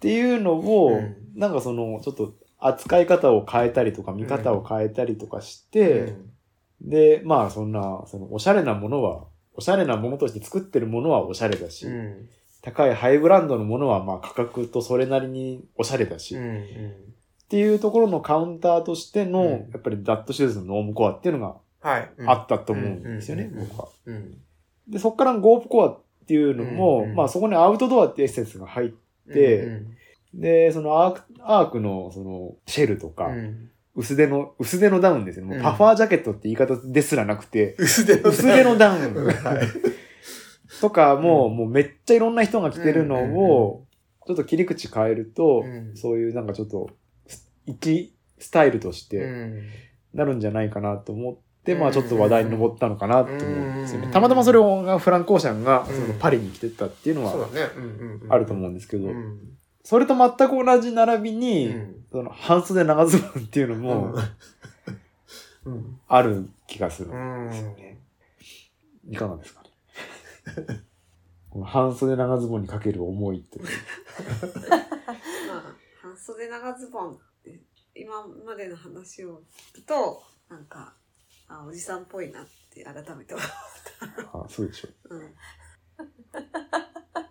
ていうのを、
うん
なんかその、ちょっと扱い方を変えたりとか、見方を変えたりとかして、で、まあそんな、その、おしゃれなものは、おしゃれなものとして作ってるものはおしゃれだし、
うん、うん
高いハイブランドのものはまあ価格とそれなりにおしゃれだし、
う
っ
ん、
ていうところのカウンターとしての、
うん
やっぱりダットシューズのノームコアっていうのが
はい。うん
あったと思うんですよね、
うんうん
僕は。
うん。
で、そっからゴープコアっていうのも、
うんうん
まあそこにアウトドアってエッセンスが入って、で
うん
で、そのアーク、アークの、その、シェルとか、
うん、
薄手の、薄手のダウンですよね。もう
うん
パファージャケットって言い方ですらなくて、
薄手の
薄手のダウ
うん
ン
はい
とかも、もうめっちゃいろんな人が着てるの
うん
を、ちょっと切り口変えると、
うん
そういうなんかちょっと、す一スタイルとし
う
て
ん
なるんじゃないかなと思って、
うん
まあちょっと話題に上ったのかなと思うんですよ
う
ね。
ん
たまたまそれをフランコーシャンが
うん
そのパリに来てたっていうの
そう
は
だね。うんうんうん
あると思うんですけど
う、ん
それと全く同じ並び
う
に、
ん
その半袖長ズボンっていうのも
うん
ある気がする
う。ん
いかがですかね
[laughs]
この半袖長ズボンにかける思いって。
まあ、半袖長ズボンって、今までの話を聞くと、なんか、あ、おじさんっぽいなって改めて思
あそうでしょう。
う。うん。
例えば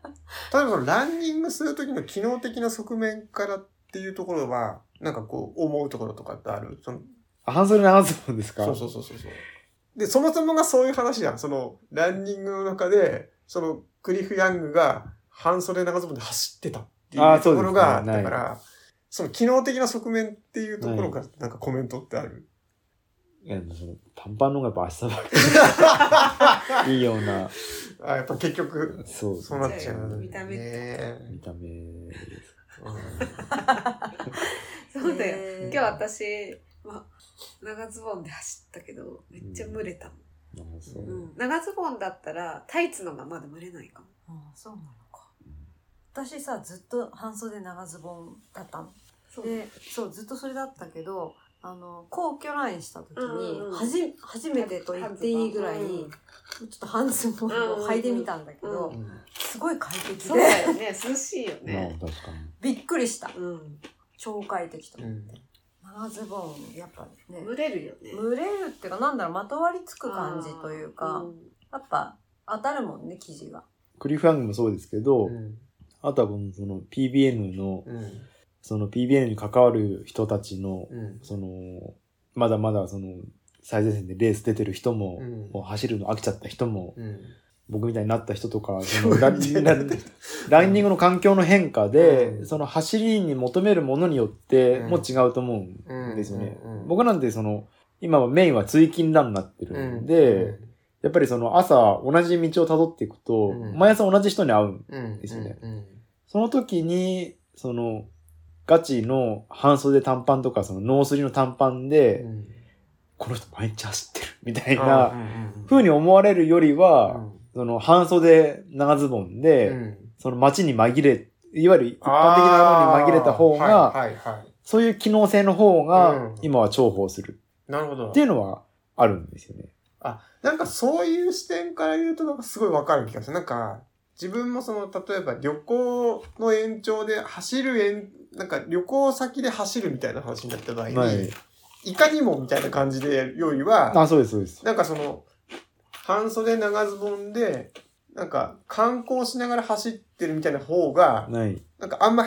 そのランニングする時の機能的な側面からっていうところは、なんかこう思うところとかってあるその
あ半袖長ズボンですか
そうそうそうそうそう。で、そもそもがそういう話じゃん。その、ランニングの中で、その、クリフ・ヤングが半袖長ズボンで走ってたってい
あー
うところが、
そうですね
だから、その機能的な側面っていうところが、なんかコメントってある。
いやその短パンの方がやっぱ明日ばっ
[laughs]
かりいいような、
あやっぱ結局、
そう、
そうなっちゃう。
見た目
ね
見た目です。
そうだよ。
へ
今
ー
日私、まあ、長ズボンで走ったけど、めっちゃ蒸れたもん。。
あそううん
長ズボンだったら、タイツのがまだ蒸れないかも。
あそうなのか。私さ、ずっと半袖長ズボンだったの。
そう。
で、そう、ずっとそれだったけど、あの、皇居ラインした時
うんうんう
に、
ん
はじ、初めてと言っていいぐらい、
うん
ちょっと半ズボンを履いてみたんだけど、
うん
すごい快適
そうだ
で、
よね。涼しいよ
まあ
ね。
確かに。
びっくりした。
うん。
超快適と
う
思って。
ん
長ズボン、やっぱね、
蒸れるよね。
蒸れるっていうか、なんだろう、まとわりつく感じというか、やっぱ当たるもんね、生地が。
クリフハングもそうですけど、
うん
あとはこのその PBN の、
うん
その PBN に関わる人たちの、
うん
その、まだまだその、最前線でレース出てる人も、
うん
もう走るの飽きちゃった人も、
うん
僕みたいになった人とか、そのラン
みたいにな
ラ
っ
ン
た
ランニングの環境の変化で、
うん
その走りに求めるものによって
うん
もう違うと思う
うん
んですよね。
うん
僕なんてその、今はメインは追勤ランになってるんで、やっぱりその朝同じ道をたどっていくと、
うん
毎朝同じ人に会うん。
うん
ですよね
うん
その時に、その、ガチの半袖短パンとか、そのノースリの短パンで、
うん
この人毎日走ってるみたい
あ
な
うん
風に思われるよりは、
うん
その半袖長ズボンで、
うん
その街に紛れ、いわゆる一般的なものに紛れた方が、
あーはいはいはい
そういう機能性の方
う
が
ん
今は重宝する
なるほど
っていうのはあるんですよね。
あなんかそういう視点から言うとなんかすごいわかる気がするなんか自分もその例えば旅行の延長で走る延なんか旅行先で走るみたいな話になった場合に、
はい。
いかにもみたいな感じでやるよりは
あ、そうです、そうです。
なんかその、半袖長ズボンで、なんか観光しながら走ってるみたいな方が、
ない。
なんかあんま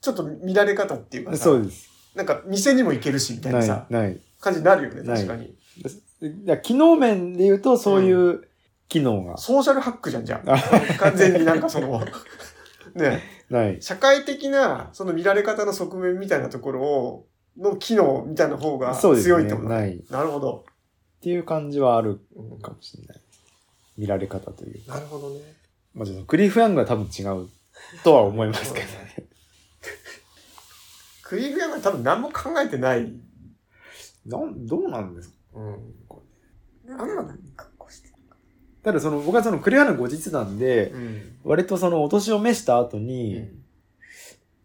ちょっと見られ方っていうかさ、
そうです。
なんか店にも行けるしみたい
な
ないさ、、
ない。
感じになるよね、
な
確
い
かに。
だから機能面で言うと、そういう機能が
ソーシャルハックじゃん、じゃ
あ
あ。完全になんかその、 [laughs] ね、
ない。
社会的な、その見られ方の側面みたいなところを、の機能みたいな方が
そうです
強いって
ね。
ことだ。
ない。っ
なるほど、
ていう感じはある
うん
かもしれない。見られ方という。
なるほどね。
まあ、ちょっとクリーフ・ヤングは多分違うとは思いますけどね。
クリーフヤングは多分何も考えてない。
[laughs] なんどうなんですか
うん。
なんであんな格好してる
ただその、僕はそのクリーフ・ヤング後日談で、
うん。
割とそのお年を召した後
う
に、
ん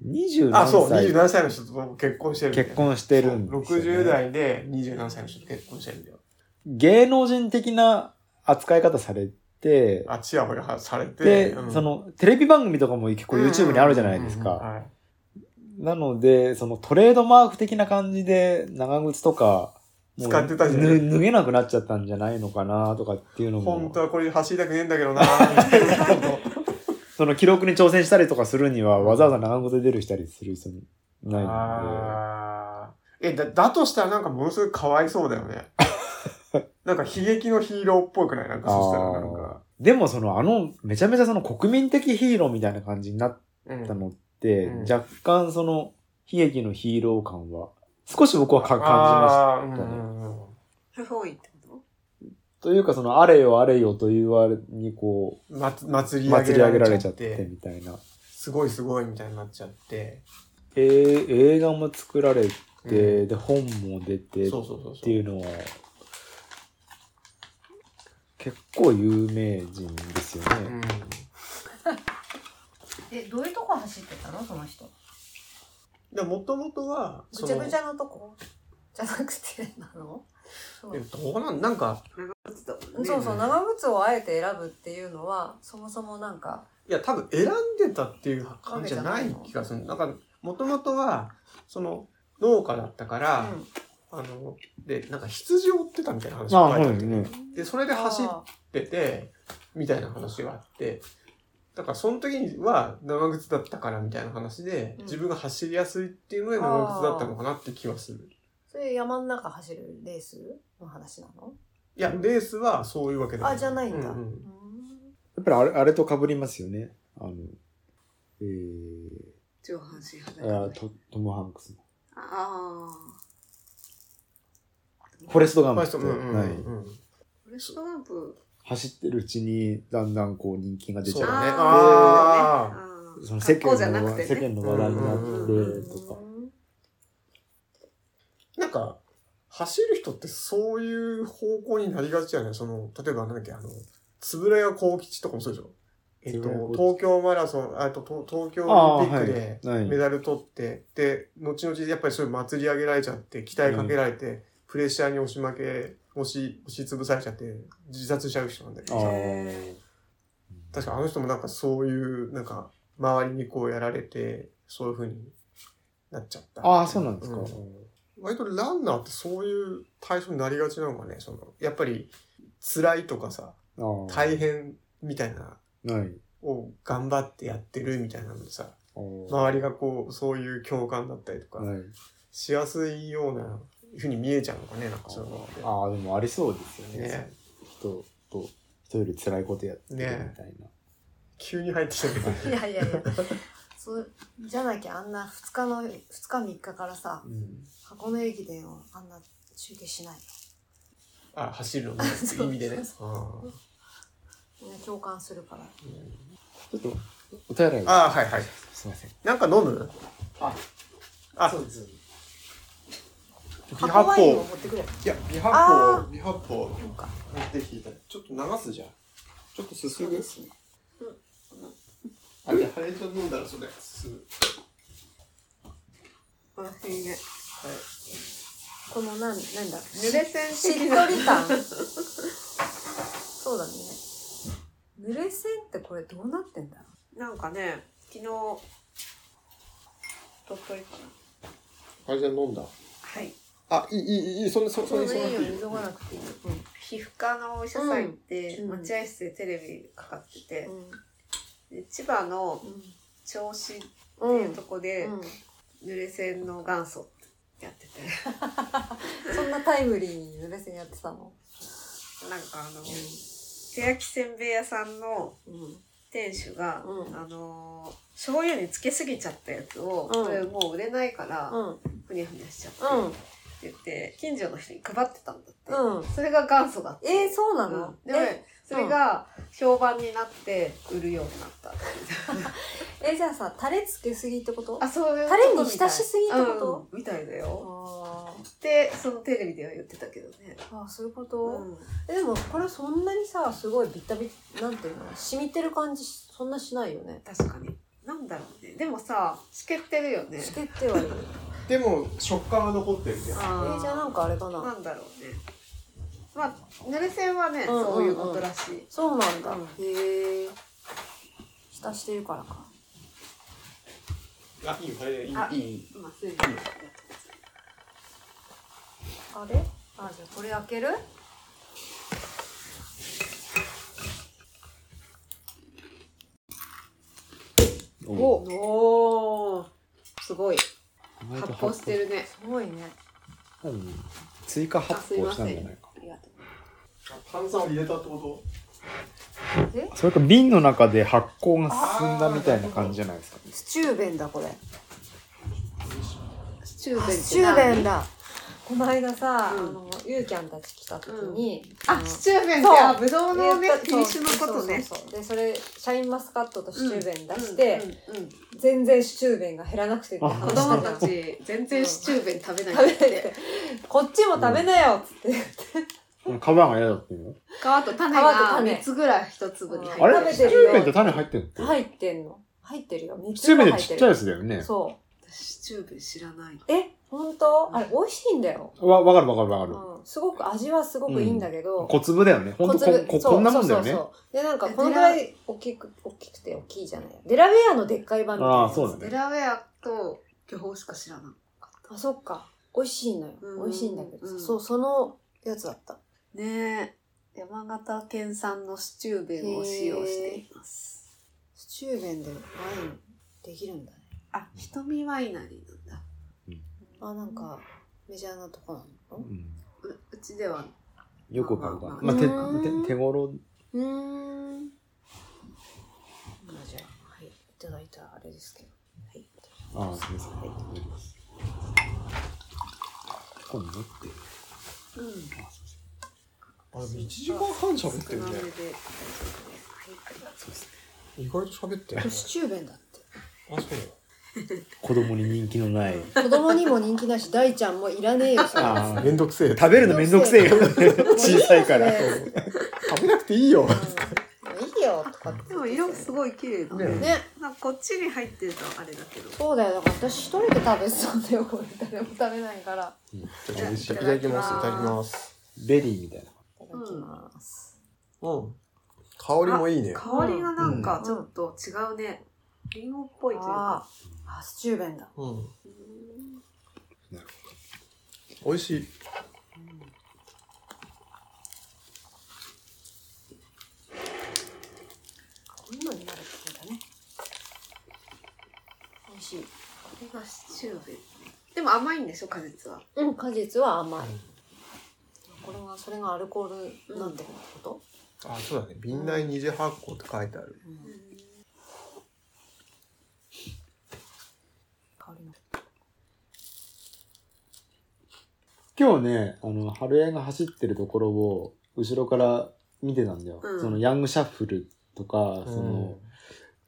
27
あ、そう、
歳
27歳の人と結婚してるんだよね。
結婚してるんですよね
60代で27歳の人と結婚してるんだよ。
芸能人的な扱い方されて、
あ、ちやほやされて。
で、
うん
そ、のテレビ番組とかも結構 YouTube にあるじゃないです
うんうんうん
か。
はい
なので、そのトレードマーク的な感じで長靴とか、もう
使ってたじゃん
ぬ脱げなくなっちゃったんじゃないのかなとかっていうの
本
も
当、はこれ走りたくねえんだけどなーみたいな
[laughs]
こと
その記録に挑戦したりとかするには、わざわざ長靴で出るしたりする人もないの
あーえ、だ、だとしたらなんかものすごいかわいそうだよ
[laughs]
ね。なんか悲劇のヒーローっぽいくないなんかそしたらなんか。
で。でもそのあの、めちゃめちゃその国民的ヒーローみたいな感じになっ
うん
たのって、
うん
若干その悲劇のヒーロー感は、少し僕はか感じました。
あーうん
感じましたね
うんうん
不本意ってこと
というか、その、あれよあれよと言われに、こ
うんまつ祭
う、
り
祭り上げられちゃっ
上げられちゃ
て
って
みたいな。
すごいすごいみたいになっちゃって。
えー映画も作られて、
うん
で、本も出てっ
そうそうそうそう。
ていうのは、結構有名人ですよ
う
ね。
ん
え、どういうとこ走ってたのその人。
でもともとは、
ぐちゃぐち
ゃ。
ゃのとこじゃなくて、 [laughs] なのその
えどうなんなんか、
長靴だもんね。
そうそう、長靴をあえて選ぶっていうのは、そもそもなんか、
いや、多分選んでたっていう感じじゃない気がする。なんか、もともとは、その、農家だったから、
うん
あの、で、なんか羊を追ってたみたいな話
あ
が
あ、
書い
そ
て
う
あっ
です
て、
ね。
で、それで走っ
あ
てて、みたいな話があって、だからその時には長靴だったからみたいな話で、
うん
自分が走りやすいっていうので長靴だったのかなって気はする。
ーそれ山の中走るレースの話なの
いや、レースはそういうわけだ
あじゃないんだ
う
うーん
やっぱりあれ、あれと被りますよね。あの、え
上半
ー、
身
あ
裸
ー
で。
トトム・ハンクスの。
ああー。
フォレスト・ガン
まあ
プ
そ
と、
ううんうんうん
はい
フォレストガンプ。
走ってるうちに、だんだんこう人気が出ち
そう
ゃ
だ
う。
ね
ー
その世
格好
間
じゃな
の
く
話、
て
世
ね。
間の話題になってとか。
なんか、走る人ってそういう方向になりがちやね。その、例えばなんだっけ、あの、つぶらや幸吉とかもそうでしょ。えっと、
円谷幸吉
東京マラソン、あとと東京
あ
オ
あ
リンピックで
はいはい
メダル取って、で、後々やっぱりそういう祭り上げられちゃって、期待かけられて、プレッシャーに押し負け、押し、押しつぶされちゃって、自殺しちゃう人なんだけ
あ
ど、
ー
確かあの人もなんかそういう、なんか、周りにこうやられて、そういう風になっちゃった。
ああ、そうなんですか。
うん割とランナーってそういう対象になりがちなのかねそのやっぱり辛いとかさ
ああ
大変みたいな
ない。
を頑張ってやってるみたいなのでさ
周
周りがこうそういう共感だったりとか、
はい、
しやすいようなふうに見えちゃうのかねなんかそういうのって
ああでもありそうですよね
ね
人と人より辛いことやってるみたいな、
急に入ってきたけど
いやいやいや。そうじゃなきゃあんな2日の、2日3日からさ
う、ん
箱根駅伝をあんな中継しない
あ走るの
[laughs]
ねっていう意味でねあ
よ。みんな共感するから。
ちょっとお便りが
あーはいはい
すいません
なんか飲む
あ
あ
うです
微
箱
発
ワ
泡
イ
い
ンを持ってくれ。
や微発
あ
泡微発泡
なんか、
持ってきていただいてちょっと流すじゃんちょっとすす
そう
ぐ
ですね。
あれ、ハレちゃん飲んだらそれ、すぐ。
この辺ね。
このなん、なんだ
濡れ線
しっと
的な。
り感そうだね濡れ線ってこれどうなってんだ
なんかね、昨日、鳥取かな。
ハレちゃん飲んだ。
はい。
あ、いい、いい、いい、そんな、そ、
ちょう
そ
ど
そ
いいよ
いい。
急がなくていい、
皮膚科のお医者さん行って、
うんうん
待合室でテレビかかってて
う、ん
で千葉の
うん
銚子ていうとこで、
うん
濡れ線の元祖やってて、
そんなタイムリーに濡れ線やってたの
なんかあの、手焼きせんべい屋さんの
うん
店主が、
うん
あのー醤油につけすぎちゃったやつを、
うん
それもう売れないから、
うんうん
ふにゃふにゃしちゃって、
う
っ
ん
て言って、近所の人に配ってたんだって。
うん
それが元祖だって。
えー、そうな
う
の
ん、でも
え
それが評判になって売るようになった。
えじゃあさタレつけすぎってこと
あ、そういう
タレに
ことみたい
浸しすぎってこと、
うんみたいだよ。
あ
で、そのテレビでは言ってたけどね。
ーあーそういうこ
う
と、
ん、
えでもこれそんなにさすごいビタビタなんていうの染みてる感じそんなしないよね
確かに。なんだろうね。でもさ、しけってるよね。
しけってはいる
でも食感は残ってるけど
え
あー
ーじゃあなんかあれかな、
なんだろうね。まあ、ぬれ線はね、
うんうんうん
そういうことらしい。
そうなんだ、
うん
へえ浸してるからか
あいいよこれでいい
あ
いい
まあ、そういう
あれあじゃあこれ開ける
お
おおーすごい。
意外
発
と
泡してるね。
すごいね
多分追加
あ、
発
すい
泡
ま
した
せん。
んじ
あり
ゃないか
がとう。
炭酸を入れたってこと
え
それか瓶の中で発酵が進んだみたいな感じじゃないですかね
スチューベンだこれ
スチュー
あ
ベン
スチューベン
だ。
だこの間さ、
うん
あのゆうちゃんたち来た時に、
あ、
の
スチューベンって、
そう
あ、ぶどうのね
言っ、た
品種のことね。
そうそうそうでそれシャインマスカットとシチューベン出し
う
て、
んうんうん
全然シチューベンが減らなくてって
あ
子
話して
供た
た [laughs]
ち、全然シチューベン食べない
食べ
ってて
てこっちも食べなよっつって、
皮が嫌だっていうの
皮と種
皮と
が
種
3つぐらい一粒に入
あ
っ
れ
食べ
ス
て
チ
る
ュ
よ
ーベンって種入ってるの
入ってんの入ってるよ3
ス
つ
チューベ
ぐ
ン
ら
っ
い
て
入
ち
っ
ってちゃい
る
やつだよね
そ
私シチューベン知らない。
うえ本当あれ美味しいんだよ、
わわかるわかるわかる
うん、すごく味はすごくいいんだけど、
小粒だよねほんとこ
小粒
こ
そう
こんなもんだよ
そう
ね
そうそうでなんかこのぐらい大きく大きくて大きいじゃないデラウェアのでっかい版みたいなやつ
あーそうだね
デラウェアと巨峰しか知らない。
あそっか美味しいのよ
うん
美味しいんだけどさ、
うん
そうそのやつだった
ねえ。山形県産のシチューベンを使用しています。
スチューベンでワインできるんだね
あ、瞳ワイナリーなんだ。
あなんかメジャーなとこなの
うん
ううちでは、
よくわかるわ
まあ
まあ手
うーん
手手頃
うーんまあじゃあはいいただいたあれですけどはい
ああすみませんいただきますこれ持って
あで
うん、
も1時間半
少
喋ってる
な
ね
めで大丈夫です。
意外と喋ってる
こ
ね
れスチューベンだって
あそうだよ
子供に人気のない
子供にも人気だし大ちゃんもいらねえよそれ
あ
めんどくせえ
食べるのめんどくせえよ [laughs] 小さいから
もういいよそれ
食べなくていいよ
うんもういいよとかって
でも色すごい綺麗だね。
ね
ね
なんかこっちに入ってるとあれだけど。
そうだよだから私一人で食べてたんだよこれ誰も食べないから
じゃあい
いただ
ただき
き
ま
ます
すいただきます
ベリーみたいない
ただきます、
うん香りもいいね
香りがなんかちょっと違うね。リンゴっぽいというか。
あーあスチューベンだ
うん
うん
美味しい
こういうのになるってことだね美味しい
これがシチューベン。でも甘いんでしょ、果実は。
うん果実は甘い、これはそれがアルコールなんてこと、
あそうだね瓶内二次発酵って書いてある
香りの
今日ねあの春江が走ってるところを後ろから見てたんだよ、
うん
そのヤングシャッフルとか、
う
そ
ん
の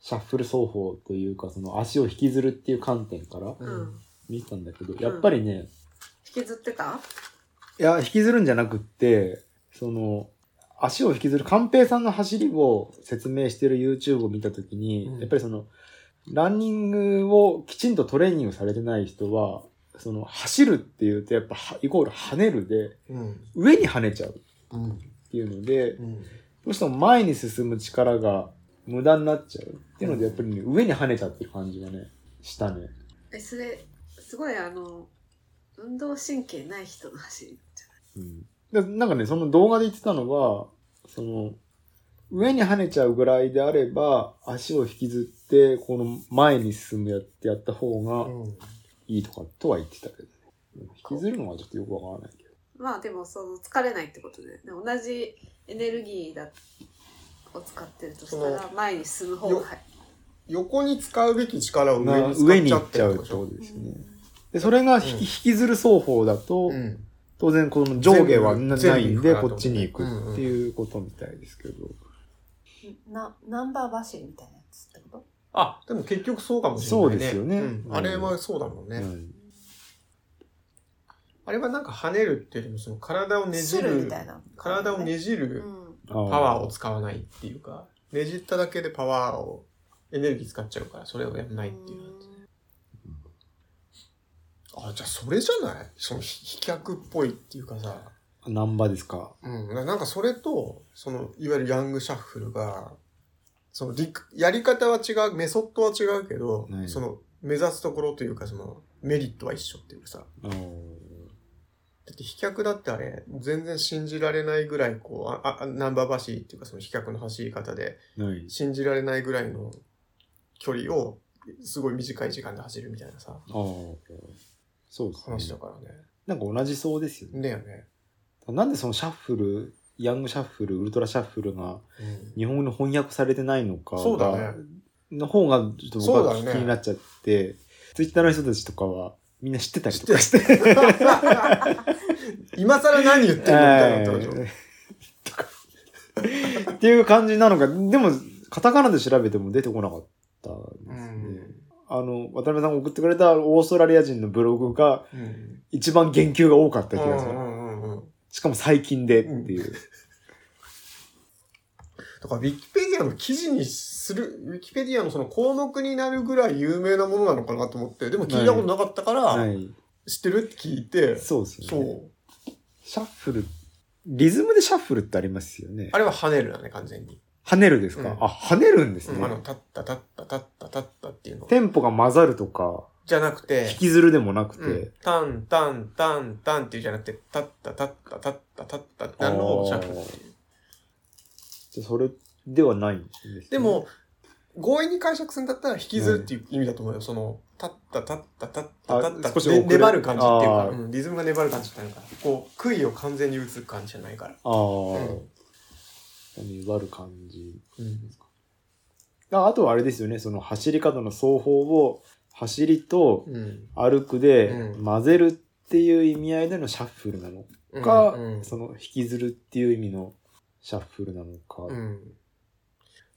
シャッフル奏法というかその足を引きずるっていう観点から
う
うんん
見てたんだけど、やっぱりね
引きずってた
いや引きずるんじゃなくってその足を引きずる寛平さんの走りを説明してる YouTube を見た時に、
うん
やっぱりそのランニングをきちんとトレーニングされてない人はその走るっていうとやっぱはイコール跳ねるで
うん
上に跳ねちゃう
うん
っていうので、
うん
どうしても前に進む力が無駄になっちゃうっていうので、やっぱりね、上に跳ねちゃってる感じがね、したね。
え、それ、すごいあの、運動神経ない人の走りじ
うん。でなんかね、その動画で言ってたのは、その、上に跳ねちゃうぐらいであれば、足を引きずって、この前に進むやってやった方が
うん
いいとかとは言ってたけどね。引きずるのはちょっとよくわからないけど。
まあでもその疲れないってことで、ね、同じエネルギーだを使ってるとした
そ
ら前に進む方がはい
横に使うべき力を上
な
に
上に
使
行
っ
っ
ち
ち
ゃ
ゃ
っ
う
てる
って
でしょ
ことですね。で、それが引き,、
うん
引きずる双方だと、
うん
当然この上下はな
全部
ないん
全
で、
部行くかなと
こっちに行くっていうことみたいですけど。
な、ナンバー走りみたいなやつってこと
あ、でも結局そうかもしれないね。
そうですよね
んあれはそうだもんね。
うん
あれはなんか跳ねるっていうよりも、その体をねじ
するみ
る、
たいな。
体をねじ
う
る
ん。
パ
パワーを使わないっていうか、ねじっただけでパワーを、エネルギー使っちゃうから、それをやんないっていう感じ。あ、じゃあそれじゃないその飛脚っぽいっていうかさ、
ナンバですか。
うん、ななんかそれと、その、いわゆるヤングシャッフルが、その理、やり方は違う、メソッドは違うけど、
うん
その、目指すところというか、その、メリットは一緒っていうかさ、
あの
だって飛脚だってあれ、全然信じられないぐらい、こう、ああナンバー走りっていうか、その飛脚の走り方で、
ない
信じられないぐらいの距離を、すごい短い時間で走るみたいなさ、
あーそうです
話だ
ね。
からね。
なんか同じそうですよね。
だよね。
なんでそのシャッフル、ヤングシャッフル、ウルトラシャッフルが
うん
日本語に翻訳されてないのかが
そうだね。
の方がちょっと僕は
そう
気
だね
になっちゃって、ツイッターの人たちとかはみんな知ってたりとかして。
今更何言ってんのみたいなことでしょ
えーとかっていう感じなのか、でも、カタカナで調べても出てこなかったん
う
ですね。
ん
あの、渡辺さんが送ってくれたオーストラリア人のブログが
うん。
一番言及が多かった気がす
う
る。
んうんうんうん
しかも最近でっていう。
だから、ウィキペディアの記事にする、ウィキペディアのその項目になるぐらい有名なものなのかなと思って、でも聞いたことなかったから、
はい。
知ってるって聞いて、
そうです
そ
よね。
う。
シャッフル。リズムでシャッフルってありますよね
あ。れは跳ねるだね、完全に。
跳ねるですか、
うん
あ、跳ねるんです
う
ね。
ん、あの、タッタタッタタッタタッタっていうの。
テンポが混ざるとか、
じゃなくて
引、きずるでもなくて、
うん、タンタンタンタンっていうじゃなくて、タッタタッタタッタタッタってなるのをシャッフルっていう。
じゃあそれではないんです、ね。
で、も、強引に解釈するんだったら引きずるっていう意味だと思うよ。その、タッタタッタタッタタッタ
あ少し
ね
遅れ
粘る感じっていうか、
あー
うんリズムが粘る感じってなるから、こう、杭を完全に打つ感じじゃないから。
ああ、
うん
粘る感じ。
うん。
ああとはあれですよね、その走り方の双方を、走りと
うん。
歩くで
うん
混ぜるっていう意味合いでのシャッフルなの
うん
か、
うん
その引きずるっていう意味のシャッフルなのか。
うん。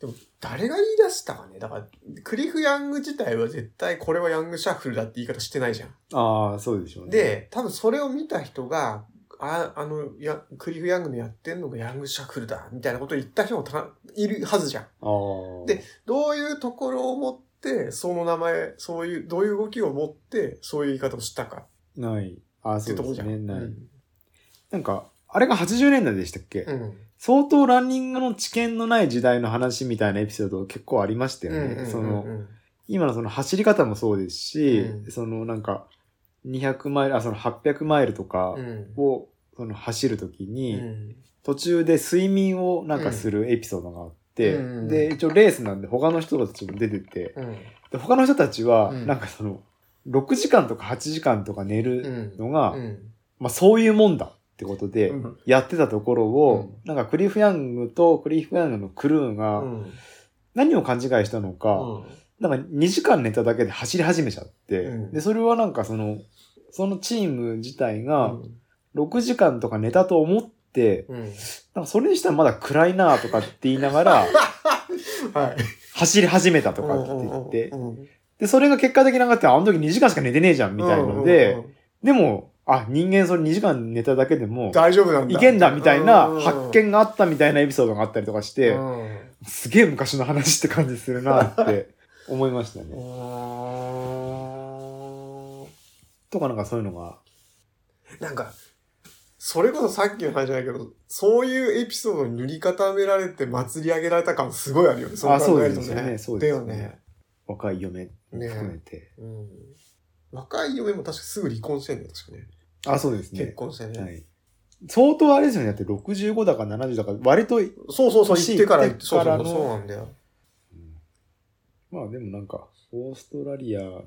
でも、誰が言い出したかね。だから、クリフ・ヤング自体は絶対これはヤングシャッフルだって言い方してないじゃん。
ああ、そうでしょうね。、
で、多分それを見た人が、ああのや、クリフ・ヤングのやってんのがヤングシャッフルだ、みたいなことを言った人もたいるはずじゃん。
ああ。
で、どういうところを持って、その名前、そういう、どういう動きを持って、そういう言い方をしたか
ない。あ
っ
あ、
てい
そ
うとこ
う
ろ
で
じ
す
ゃん。う
ね。
ん
ない。なんか、あれが80年代でしたっけ、
うん。
相当ランニングの知見のない時代の話みたいなエピソード結構ありましたよね。
うん
そ
うん
の、
うん
今のその走り方もそうですし、
うん
そのなんか、200マイル、あ、その800マイルとか
うん
を、その走るとき
う
に、
ん。
途中で睡眠をなんかするエピソードがあって、
うん
で、一応レースなんで他の人たちも出てて、
うん。
で他の人たちは、
うん
なんかその、6時間とか8時間とか寝
う
る
ん。
のが、
うん。
まあそういうもんだってことで、
うん
やってたところを、なんかクリフ・ヤングとクリフ・ヤングのクルー
う
が
ん。
何を勘違いしたのか、
うん
なんか2時間寝ただけで走り始めちゃって、
うん
で、それはなんかその、そのチーム自体
う
が
ん
6時間とか寝たと思って、
うん。
なんかそれにしたらまだ暗いなとかって言いな
[laughs]
がら、
はい。
走り始めたとかって言って
う、んうんうんうん
で、それが結果的になんかって、あの時2時間しか寝てねえじゃんみたいので、
うんうんうん
でも、あ、人間それ2時間寝ただけでも、
大丈夫なんだ。
いけんだみたいな発
っ
見があったみたいなエピソードがあったりとかして、すげえ昔の話って感じするなって思いましたね。とかなんかそういうのが、
なんか、それこそさっきの話じゃないけど、そういうエピソードに塗り固められて祭り上げられた感すごいあるよね。
あ
考
そう
え
で
ると
すよね。そう
だ
です
よ
よね
ね。。
若い嫁含めて。
うん若い嫁も確かすぐ離婚してんだよ、確かね。
あ、そうですね。
結婚してね。
はい。相当あれですよね。だって65だか70だか、割と、うん
そうそうそう、行ってから、
行って
そう
か
そう
ら
そ
の
う、そうなんだよ。
まあでもなんか、オーストラリアの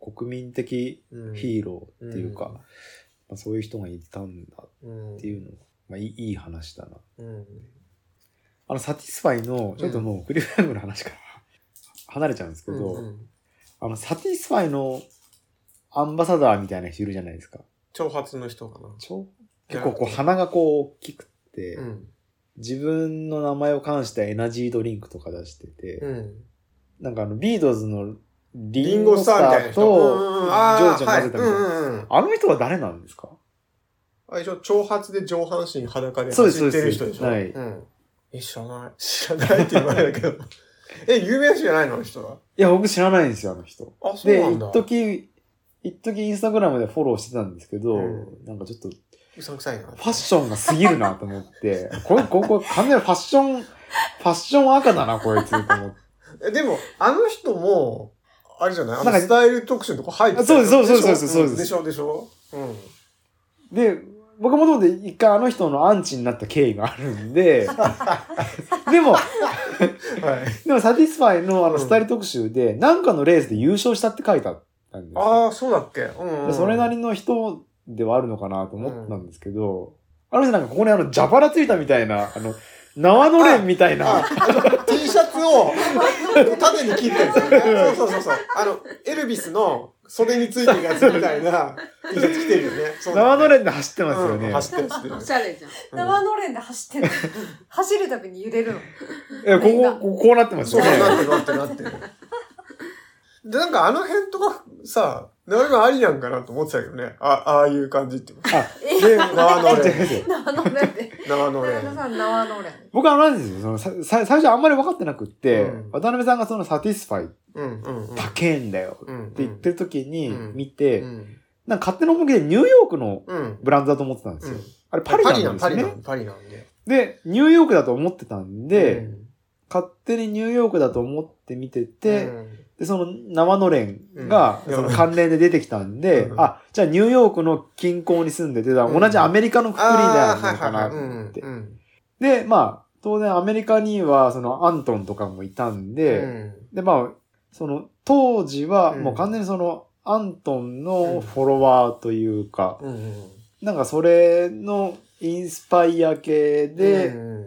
国民的
うん
ヒーローっていうか、
うん
まあ、そういう人がいたんだ
うん
っていうの、まあいいいい話だな。
うん
あの、サティスファイの、ちょっともう、フリーフラグの話から離れちゃうんですけ
う
ど、
んうん。
あの、サティスファイのアンバサダーみたいな人いるじゃないですか。
挑発の人かな。
超
ギャ
結
ラ
構こう鼻がこう大きくって、
うん。
自分の名前を冠したエナジードリンクとか出してて、
うん。
なんかあのビートルズのリ
リ
ン
ンゴ
ゴス
ス
タ
ターみたい
ー
な人。うんうん
と
うん
ジ
あ
ョージ
ー
を
はい
混ぜたみたいな。
うんうんうん
あの人は誰なんですか
あれでしょ、挑発で上半身裸で
そうです
走ってる人でしょ。
そうです
うん。え、知らない。知らないって言われるけど。 [laughs] え、有名な人じゃないのあの人は。
いや、僕知らないんですよ、あの人。
あ、そう
で、
なんだ
一。時、一時インスタグラムでフォローしてたんですけど、
うん
なんかちょっとフ
うさんくさいな。フ
ァッションが過ぎるなと思って、これ、ここ完全にファッション、ファッション赤だな、こいつと思って。
え、でも、あの人も、あれじゃないあ
な
の
んか
スタイル特集のとこ入ってた
そうですそうです
しょ
そうですそうです
んでしょ、でしょうん。
で、僕もともと一回あの人のアンチになった経緯がある
[laughs]
んで、でも、
はい。
でもサティスファイのあ
う
の
ん
スタイル特集で、なんかのレースで優勝したって書いてあったんですよ
ああ、そうだっけうん、うん。
でそれなりの人ではあるのかなと思ったんですけど、あの人なんかここにあの、蛇腹ついたみたいな、あの、縄のれんみたい
あ
な、
あの T シャツを縦に切ってるんですよね。そうそうそうそう。あの、エルビスの袖についてるやつみたいな T シャツ着てるよね。そうだ
縄
よ
の
ね
れんで走ってますよ
う
ね
ん。走ってる走ってる
おしゃれじゃん。
生のれんで
[laughs]
走ってる。走るたびに揺れるの。
え、ここ、こここうなってます
そう
よね。
なってるなってるなってる。で、なんかあの辺とかさ、なかなかありなんかなと思ってたけどね。あ、ああいう感じって。
あ、
え
で、
縄のれ
[laughs]
ん。
生のれんで。
縄のれ
田中
ん。
さん、生のれん。
僕はあのなんですよ、そのささ最初あんまり分かってなくって、
うん
渡辺さんがそのサティスファイ
うんうんうん。
高えんだよ
うんうん。っ
って言ってる時に
うん
見
う
て、
ん。
なんか勝手な思いでニューヨークの
うん。
ブランドだと思ってたんです
う
よ。
ん
あれパリなんです
パ
よ
リな
ね。
んパリなんで。
で、ニューヨークだと思ってたんで、
うん
勝手にニューヨークだと思って見てて、
うん
で、その生のれんが、
うん
その関連で出てきたんで、
うん
あ、じゃあニューヨークの近郊に住んでて、だから同じアメリカのくくりだ
あー
よねかな
はい
と
はいはい
思って
う。ん
で、まあ、当然アメリカにはそのアントンとかもいたん
うん
で、で、まあ、その当時は
うん
もう完全にその、アントンのフォロワーというか、
うんうん
なんかそれのインスパイア系で、
うん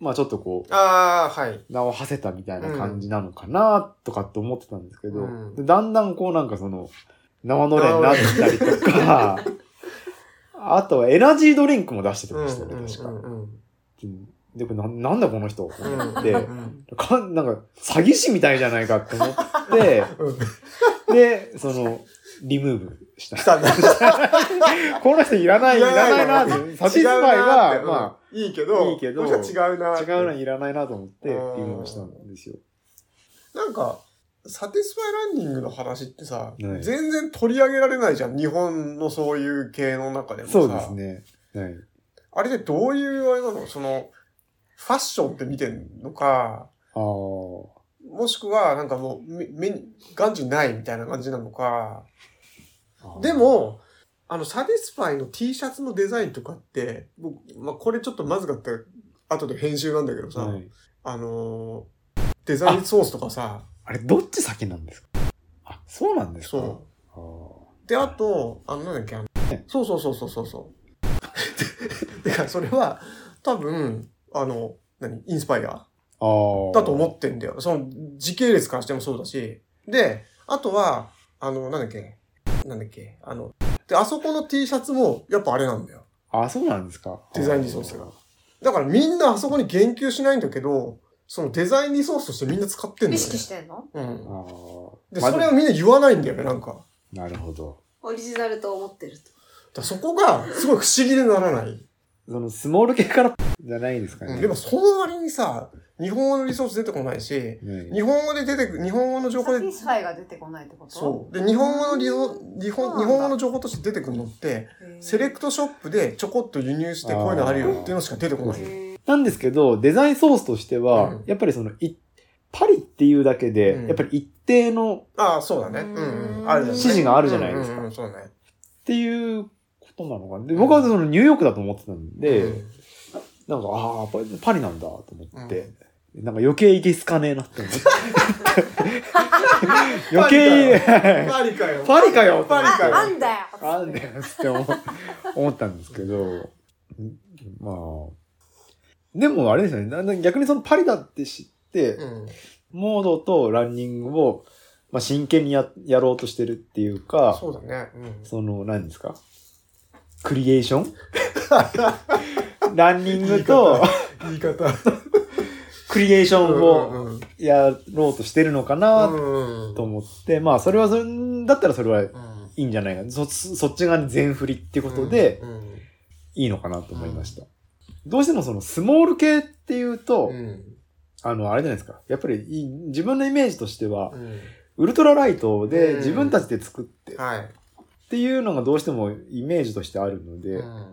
まあちょっとこう、
ああ、はい。
名を馳せたみたいな感じなのかなとかって思ってたんですけど、
うん
でだんだんこうなんかその生のれんになってたりとか [laughs] あとはエナジードリンクも出しててましたよね、確か。
うん
でこれななんだこの人
うんうん
で
うん
かなんか詐欺師みたいじゃないかって思って
[laughs] うん
でそのリムーブ
[laughs]
した
来たんだ。
この人いらないいらないなっ
違
てサティスファイはま
あ、いいけど、
いいけど
この人は違うな
あ
って。
違うないらないなと思ってリ
うん
ムーブしたんですよ。
なんか、サティスファイランニングの話ってさ、
はい
全然取り上げられないじゃん。日本のそういう系の中でもさ。
そうですね。はい
あれでどういうあれなのその、ファッションって見てんのか、
あー
もしくは、なんかもう、め目に、眼中にないみたいな感じなのか、
あー。
でも、あの、サティスファイの T シャツのデザインとかって、僕、まあ、これちょっとまずかったら、後で編集なんだけどさ、
はい
あのーデザインソースとかさ、
あれ、どっち先なんですかあ、そうなんですか
そ
あー
う。で、あと、あの、なんだっけ、あの
ね、
そうそうそうそうそうそう。 [laughs] だから、それは、多分、あの、何インスパイア
あー。
だと思ってんだよ。その、時系列からしてもそうだし。で、あとは、あの、なんだっけ、なんだっけ、あの、で、あそこの T シャツも、やっぱあれなんだよ。
あ、そうなんですか
デザインリソースが
あ
だからみんなあそこに言及しないんだけど、そのデザインリソースとしてみんな使ってんだよ、ね。
意識してんの
うん。
ー
で、
まあ
それをみんな言わないんだよね、なんか。だか
なるほど。
オリジナルと思ってると。
らそこが、すごい不思議でならない。
その、スモール系から [laughs] じゃないですか
う
ね。
んでも、その割にさ、日本語のリソース出てこないし、
ね
日本語で出てく、日本語の情報
サテ
で
ィ、スファイが出てこないってこと
そう。で、日本語のリソ日本、日本語の情報として出てくるのって、
へー
セレクトショップでちょこっと輸入して、こういうのあるよっていうのしか出てこない。
なんですけど、デザインソースとしては、
うん
やっぱりその、いパリっていうだけで、
うん
やっぱり一定の
ああ、そうだね。うんうん。あるよね。
指示があるじゃないですか
うんうんうん、そうだね。
っていうこことなのかな。で、僕はそのニューヨークだと思ってたんで、
うん
なんか、ああ、パリパリなんだと思って、なんか余計いけすかねえなっ
[laughs]
て思って。余計、
パリかよ。
パリかよ
パリかよ。
あ、あんだよ
あんだよって思 [laughs] 思ったんですけど、まあ、でもあれですよね、だんだん逆にそのパリだって知って、
うん。
モードとランニングを、まあ、真剣にややろうとしてるっていうか、
そうだね。うん。
その、何ですかクリエーションランニングと
言い方。
クリエーション
う
を
んうん
やろうとしてるのかな
うん
と思って、まあそれはそれ、だったらそれはい
うん
いんじゃないかそそっち側に全振りってことで
うん
いいのかなと思いました。どうしてもそのスモール系っていうと、
うん
あの、あれじゃないですか。やっぱりい自分のイメージとしては
う、ん
ウルトラライト
う
で
ん
自分たちで作って
はい。
っていうのがどうしてもイメージとしてあるので、
うん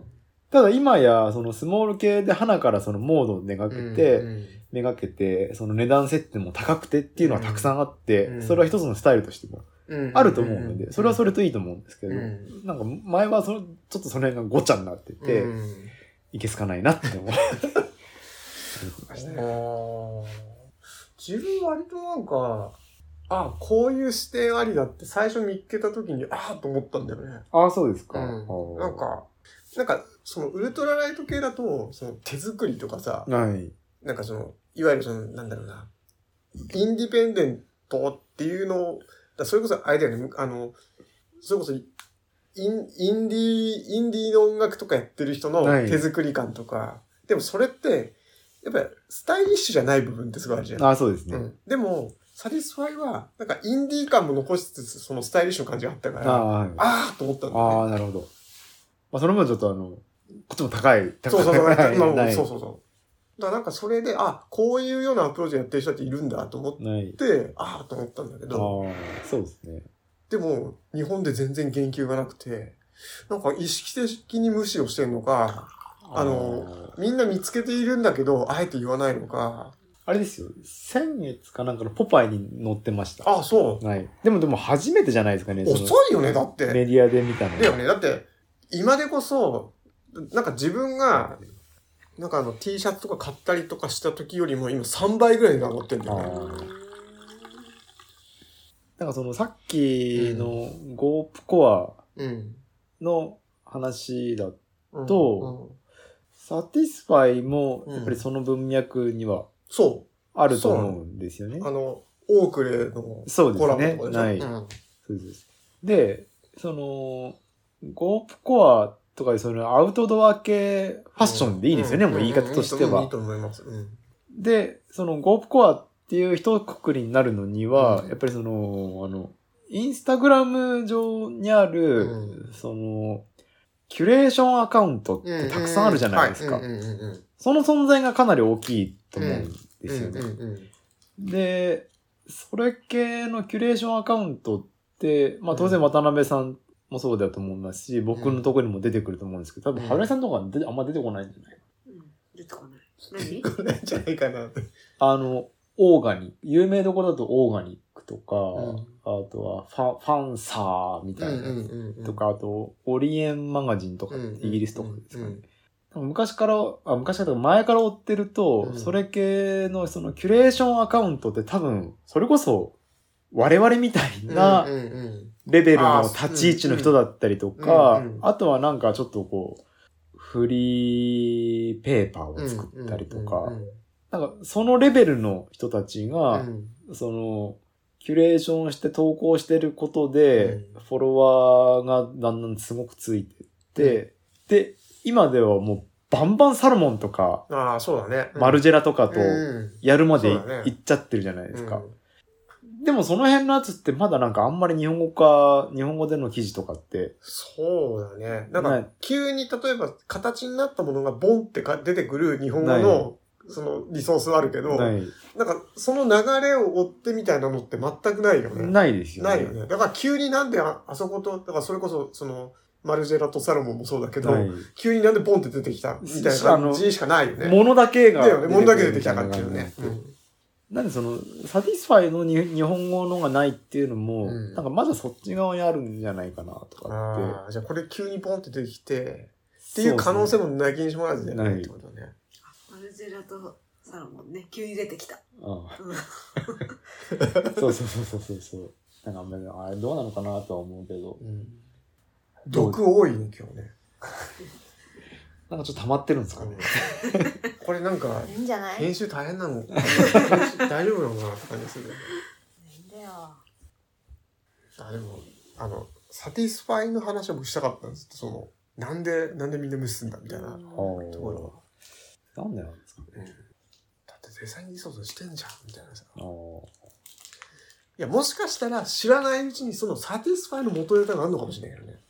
ただ今やそのスモール系で花からそのモードをめがけて、
うん
めがけてその値段設定も高くてっていうのはたくさんあって、
うん
それは一つのスタイルとしても
うん
あると思うので、それはそれといいと思うんですけ
う
ど、
ん
なんか前はそのちょっとその辺がごちゃになってて、
うん
いけすかないなって
[laughs]
思う。
あー自分割となんか、あ、こういう視点ありだって最初見っけた時に、ああと思ったんだよね。
ああ、そうですか。
うん
あ
な
ー
ん。か、なんか、そのウルトラライト系だと、その手作りとかさ、
はい。
なんかその、いわゆるその、なんだろうな、インディペンデントっていうのを、だからそれこそ、あれだよね、あの、それこそ、イン、インディー、インディーの音楽とかやってる人の
はい
手作り感とか、でもそれって、やっぱりスタイリッシュじゃない部分ってすごいあるじゃん。
ああ、そうです
う
ね。
ん、でも、サティスファイは、なんかインディー感も残しつつ、そのスタイリッシュの感じがあったか
あ
ら、あ
あ、はい。
あーと思ったんだよね。
ああ、なるほど。まあ、その分ちょっとあの、こっちも高い、高
そう
い。
そうそう。
[laughs] ない
まあ
ない
そうそうそう。だからなんかそれで、あ、こういうようなアプローチやってる人っているんだと思っ
ない。
て、ああと思ったんだけ
ああ
ど、、
そうですね。
でも日本で全然言及がなくて、なんか意識的に無視をしてるのか、あの
ー、
みんな見つけているんだけど、あえて言わないのか、
あれですよ。先月かなんかのポパイに載ってました。
ああ、そ
はい。でもでも初めてじゃないですかね。
う。
その
遅いよね、だっ
メ
て。
ディアで見たの。
だよね、だって、今でこそ、なんか自分が、なんかあの T シャツとか買ったりとかした時よりも今3倍ぐらい値段上がってんだよね。
あーなんかそのさっきの GoP コ
うん。
アの話だ、
うん
と
うん
サティスファイもやっぱりその文脈には
そう。
あると思うんですよね。
あの、オークレのコ
そうです
ラボ
ね
とか。でしょ
ない。
うん
そうです。で、その、ゴープコアとか、そのアウトドア系ファッションでいいですよね、
ん
もう言い方として
うんいい
は。
と思います。うん
で、そのゴープコアっていう一括りになるのには、
うん
やっぱりその、あの、インスタグラム上にある、
う
その、キュレーションアカウントってたくさんあるじゃないですか
は。うんうんうん
その存在がかなり大きいと思うんですよね。
うんうん
で、それ系のキュレーションアカウントって、まあ当然渡辺さんもそうだと思いますし、僕のとこにも出てくると思うんですけど、多分、
うん
原井さんとかはであんま出てこないんじゃない
うん出てこない。何
これじゃないかなって。
あの、オーガニック、有名どころだとオーガニックとか、
ん
あとはファファンサーみたいな、とか、あと、オリエンマガジンとか、
うん
イギリスとかですか
う
ね。
んうん
昔から、あ昔からとか前から追ってると、
うん
それ系のそのキュレーションアカウントって多分、それこそ我々みたいな
うんうん
レベルの
あー
立ち位置の人だったりとか、
うんうん
あとはなんかちょっとこう、フリーペーパーを作ったりとか
うん、
なんかそのレベルの人たち
う
が、
ん
その、キュレーションして投稿してることで
うん、
フォロワーがだんだんすごくついてって、で、今ではもうバンバンサルモンとか、
ああ、そうだね。
マルジェラとか
だ
と、やるまでい
そうだね
いっちゃってるじゃないですか。でもその辺のやつってまだなんかあんまり日本語か、日本語での記事とかって、
そうだね。なん
な
か
い、
急に例えば形になったものがボンってか出てくる日本語の、そのリソースはあるけど、
ない、
なんか、その流れを追ってみたいなのって全くないよね。ない
ないですよね。
よね。だから急になんでああそこと、だからそれこそ、その、マルジェラとサロモンもそうだけど、
ない
急になんでボンって出てきたみたいな感じしかないよね。
ものだけが
だよね、もんだけ出てきた感じよね。
みたいな感じなんですけどなんでその、サティスファイのに日本語のがないっていうのも、
うん
なんかまだそっち側にあるんじゃないかなとかって。
ああ、じゃあこれ急にポンって出てきて、っ
って
いう可能性もなきにしもあらずだよ
な
ね。
い
ってことだね。
マルジェラとサロモンね、急に出てきた。
あ
うん
あそうそうそうそうそうそう。なんかあんまりあれどうなのかなとは思うけど、
うん。毒多いね、今日ね。
なんかちょっと溜まってるんですかね。
これなん
[laughs]
か、
いいんじゃない
編集大変なの編集大丈夫なのかなって感じするよね。
なんだよ。
あ、でも、あの、サティスファイの話を僕したかったんですその、なんで、なんでみんな結んだみたいな
あ
うん
ところは
あ。なんでなんですかね。
だってデザインリソースしてんじゃんみたいなさ。
ああ
いや、もしかしたら知らないうちにそのサティスファイの元ネタがあるのかもしれないけどね。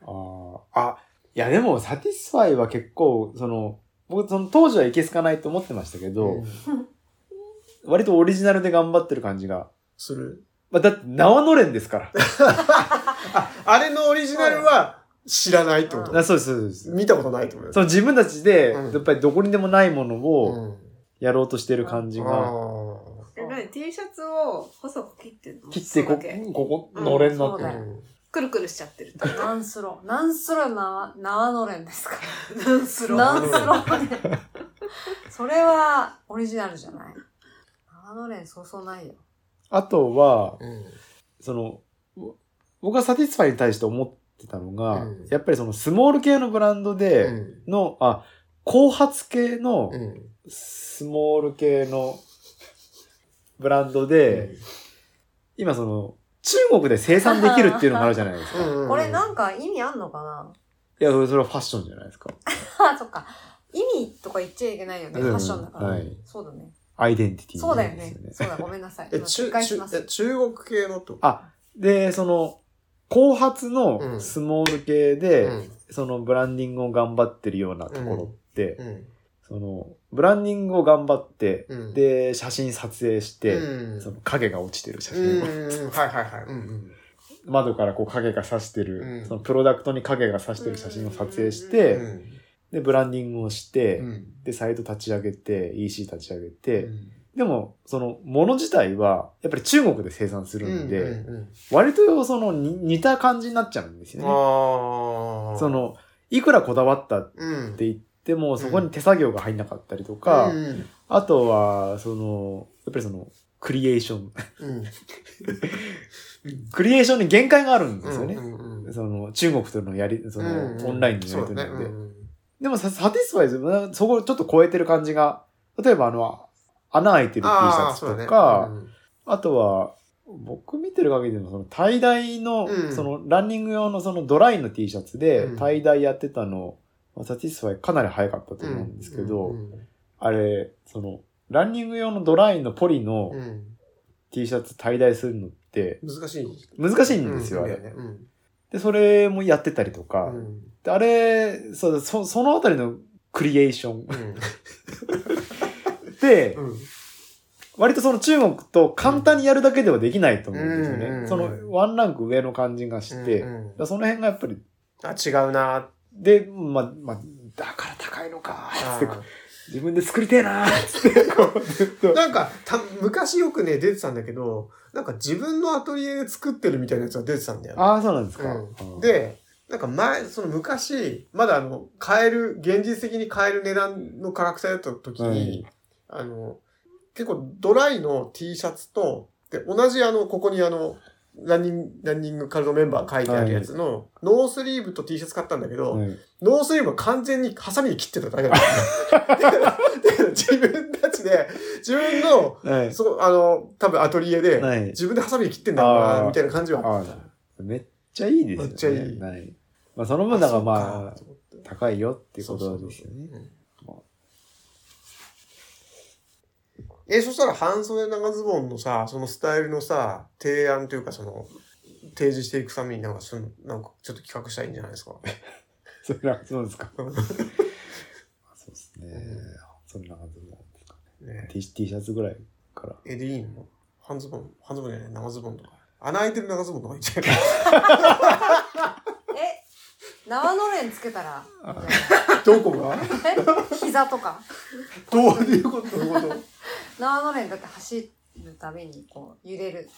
ああ。あ、いやでもサティスファイは結構、その、僕その当時はいけすかないと思ってましたけど、
ん
割とオリジナルで頑張ってる感じが。
する
まあ、だって縄のれんですから。
あ、あれのオリジナルは知らないってこ
う
と
ん
あそうです、そうです。
見たことないってこと
そ
だよね
の自分たちで、
うん
やっぱりどこにでもないものを
うん
やろうとしてる感じが、
あ
え、なに T シャツを細く切ってんの
切ってこ
裾だけ、
ここ、
うん
のれんになって
そうだ
ー
る
よ。
くるくるしちゃってる。
なんすろ。なんすろな、縄のれんですか
なんす
ら。
ろ。
なんすろね。それはオリジナルじゃない。縄のれんそうそうないよ。
あとは、
うん。
その、ぼ僕はサティスファイに対して思ってたのが、
うん
やっぱりそのスモール系のブランド
う
で
ん
の、あ、後発系の
うん。
スモール系のブランドで、今その、中国で生産できるっていうのがあるじゃないですか。い
うん
これなんか意味あんのかな
や、それそれはファッションじゃないですか。
あ、そっか。意味とか言っちゃいけないよね。
うん
ファッションだから。
はい
そうだね。
アイデンティティです
そ
よ
うだよ
ね
ね。そうだ、ごめんなさい。
え、
今
中、
撤回しま
中、え
す。
中国系のってこと
あ、で、その、後発
う
の
ん
スモール系で、
うん
そのブランディングを頑張ってるようなところって、
うん。
その、ブランディングを頑張って、
うん
で、写真撮影して、
うん
その影が落ちてる写
う
真
ん
を、
うん。はいはいはい。うん
窓からこう影が差してる、
うん
そのプロダクトに影が差してる写真を撮影し
う
て、
ん。
で、ブランディングをして、
うん。
で、サイト立ち上げて、EC 立ち上げて、
うん
でも、その、もの自体は、やっぱり中国で生産するんで、
うんうん
割とそのに似た感じになっちゃうんです
うん
よね。
ああ。
そ、の、いくらこだわったっ
うん。
て言っても、そこに手作業が入んなかったりとか、
うん
あとは、その、やっぱりその、クリエーション。
うん。
クリエーションに限界があるんですよね。
うんうんうん
その、中国とのやり、その、
うん
オンラインのやり
そう
取り
だ
な
ねう
んで。
ん
でもさ、サティスファイズ、なそこをちょっと超えてる感じが、例えばあの、穴開いてる T シ
あ
ャ
あ、
ツ
そうだ
と
ね。
か、
うん
あとは、僕見てる限りでも、その、滞在の、
うん
その、ランニング用のそのドライの T シャツで
う、ん
滞在やってたの、まあサティスファイかなり早かったと思うんですけど、あれ、その、ランニング用のドライのポリの
うん
T シャツ滞在するのって、
難しい。
難しいんですよ、
う
あ
だ
れ。
ねうん
で、それもやってたりと
う
か、
ん
であれ、そうそ、そのあたりのクリエーション
うん
で、
うん
割とその中国と簡単にやるだけではできないと思うんですよね。
うん
そのワンランク上の感じがして、
う
だか
んうん
らその辺がやっぱり、
あ、違うなーっ
で、まあ、まあ、だから高いのか、つってて、自分で作りてえな、つって、こう、ずっと。
なんかた、昔よくね、出てたんだけど、なんか自分のアトリエで作ってるみたいなやつが出てたんだよね。
ああ、そうなんですか。
うん、で、なんか前、その昔、まだあの、買える、現実的に買える値段の価格帯だった時に、あの、結構ドライの T シャツと、で、同じあの、ここにあの、ランニング、ランニングカルドメンバー書いてあるやつの、ノースリーブと T シャツ買ったんだけど、
はい
ノースリーブは完全にハサミで切ってただけだった。
[laughs]
で自分たちで、自分の、
はい。
そう、あの、多分アトリエで、
はい
自分でハサミで切ってんだろう
あー
な、みたいな感じはあっ
ああめっちゃいいですよね。
めっちゃいい
はいまあ、その分だからま
そっか
あ、高いよっていうことですよね。
え、そしたら半袖長ズボンのさ、そのスタイルのさ、提案というかその、提示していくためになんかすん、なんかちょっと企画したらいいんじゃないです [laughs] か。
それはそうですか。
うん
そうですね。そんな感じなんですか
ね
ね。T, T シャツぐらいから。
え、でいいの半ズボン、半ズボンじゃない、長ズボンとか。穴開いてる長ズボンとかいいんじゃない
え、縄のれんつけたら、
[laughs] どこが
え膝とか。
どういうことどういうこと
長野連だって走るたびにこう揺れる。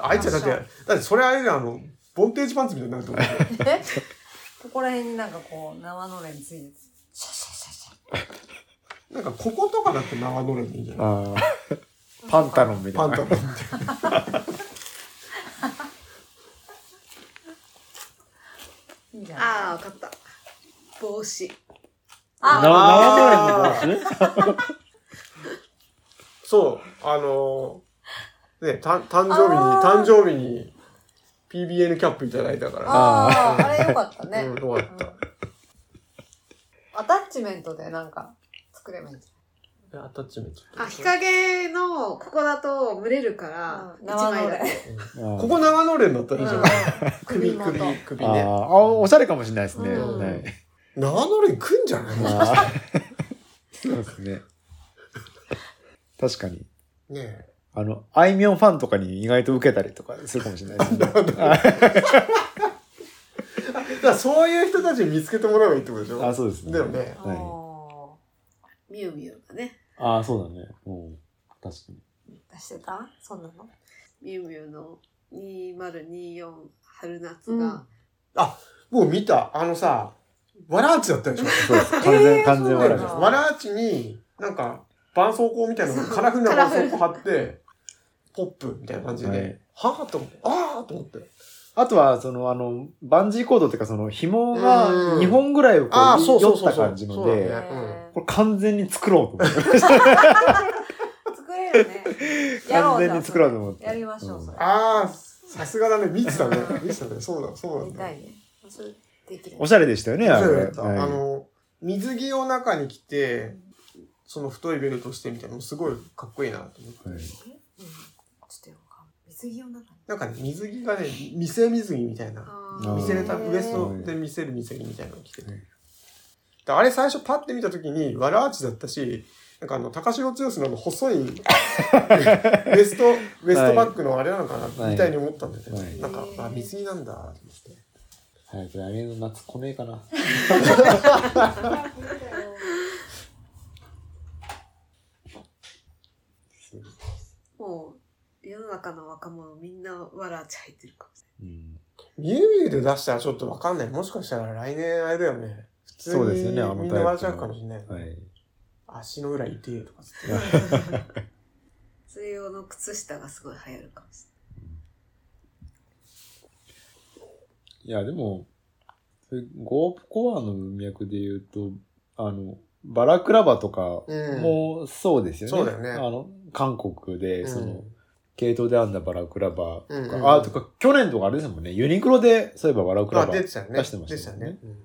あいつはだって、だってそれあれだよ、あの、ボンテージパンツみたいになると思う。
えここら辺になんかこう長野連ついててシャシャシャシ
なんか、こことかだって長野連でいいんじゃない
ああ。パンタロンみた
パ
い
ン
な
タ。ロンって。
ャ。いいじゃん。
ああ、わかった。帽子。
な
あ
長野連の帽子
そう、あのーね、た誕生日に、誕生日に PBN キャップいただいたから。
あーあれよかったね。
う、
うんん
よかった。
アタッチメントでなんか作ればいいんじ
えアタッチメント。
あ、日陰の、ここだと蒸れるから、
うん
一枚だと。
ああ
ここ長野連だったらいいじゃん。
ゃない
首、首、
元
首
ああ
ね。
あ、おしゃれかもしれないですね。
うん
はい。
長野連来んじゃないも
ああ。そうですね。確かに。
うね
あの、あいみょんファンとかに意外と受けたりとかするかもしれないですね。
え。だからそういう人たちに見つけてもらえばいいってことでしょ
[laughs] あそうですね。
だよね。
あ
はい
ー
ミュウミュウがね、
ああ、そうだね。うん。確かに。
出してたそんなの
ミュウミュウの2024春夏
う
が
ん、
もう見た。あのさ、わらあちだったでしょ
そうです。 [laughs] 完全、完全
そうな
笑
ん
い
だ
です。
わらあちに、なんか、絆創膏みたいな [laughs] の、カラフルな絆創膏貼って、ポップみたいな感じで、
はい
はぁと思って、あーと思って。
あとは、その、あの、バンジーコードっていうか、その、紐が
うん
2本ぐらいをこ
あーそう
う、
そ
酔
う
っ
そう
た
そう
感じの
そうだね
で、
う
これ完全に作ろうと思って。
作れるね。やろう
完全に作ろうと思っ
やり
て。
ましょう、それ。
あー、さすがだね。見てた
[laughs]
ね。見てたね。そうだ、そう
見
だ
た
ね。
いね。それできる。
おしゃれでしたよね、あれ。
そう
は
だ
い
った。あの、水着を中に着て、その太いベルトしてみたいなのすごいかっこいいなと思って。
はい
うんちょっとよくわかんない水着の中に。
なんかね、水着がね、見せ水着みたいな。
あ
うん
ー
見せれた、
へー
ウエストで見せる見せるみたいなの着てて。
はい
であれ最初パッて見た時に、わらあちだったし、なんかあの、高城剛のあの細い、ウ
[laughs]
エスト、ウエストバッグのあれなのかな、
はい
みたいに思ったんだよね。
はい
なんか、
へー
あ、水着なんだ、と思って。
早く来年の夏来ねえかな。
もう、世の中の若者みんなわらあち入ってるかもし
うん
ミューミューで出したらちょっとわかんない。もしかしたら来年あれだよね。普通
そうですよ
に
ねあの
みんな笑っちゃうかもしれない。
はい。
足の裏痛えとかつって。
れない。通用の靴下がすごい流行るかもし
いや、でも、そういうゴープコアの文脈で言うと、あの、バラクラバとか
うん
[laughs] もそうですよね。
そうだよね
あの、韓国で、その、
うん
系統で編んだバラクラバとか、
うんうん
あ、とか、去年とかあれですもんね、ユニクロで、そういえばバラクラ
あ、
バ。
出てたよね。
出してました
出て
よね
たよね。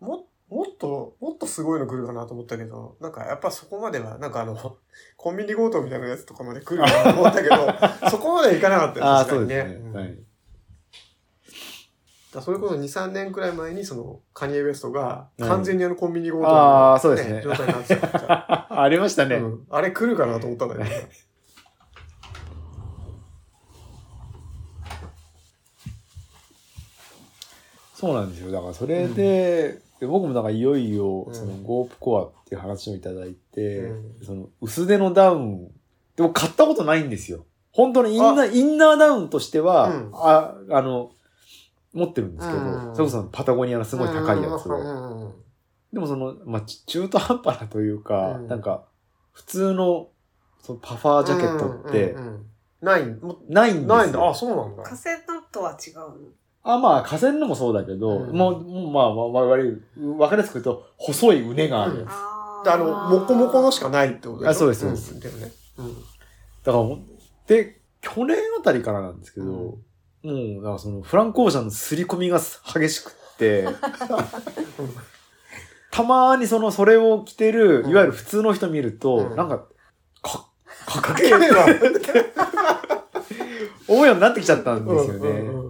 うんも、もっと、もっとすごいの来るかなと思ったけど、なんかやっぱそこまでは、なんかあの、 [laughs] コンビニ強盗みたいなやつとかまで来るかなと思ったけど、
[laughs]
そこまではいかなかったよ
ああ、
確
そ
か
う
に
ですね。
うん
は
だ
い。
からそれこそ2、3年くらい前にその、カニエ・ウェストが、
うん
完全にあのコンビニ強盗
あ
の
ーそうですね
状態になってたから。
ありました [laughs] ね。
うん、あれ来るかなと思ったんだけど。
そうなんですよ。だからそれで、で僕もなんかいよいよ
う、ん
そのゴープコアっていう話をいただいて、
う
その薄手のダウン、でも買ったことないんですよ。本当にインナー、インナーダウンとしては、
うん
あ、あの、持ってるんですけど、
うん
それこそパタゴニアのすごい高いやつを。
うんうん
でもその、まあ、ち中途半端なというか、
うん
なんか、普通の、そのパファージャケットって
う、んうんうんないも
ないんですよ。
ないんだ。あ、そうなん
れない。
だ
カ。セットとは違うの。
あ、まあ、河川のもそうだけど、
うん
もう、もうまあ、わ、わ、悪い、わかりやすく言うと、細いうねがあるやつ。だか
あ
であの、もこもこのしかないってことでしょ
あそうです
ん
そ
だよね。うん
らほん、で、去年あたりからなんですけど、
う
もう、なんかその、フランコーシャンの刷り込みが激しくって、たまにその、それを着てる、
うん
いわゆる普通の人見ると、
うん
なんか、か、か
か
か
け
け
えな。
思うようになってきちゃったんですよね。
うん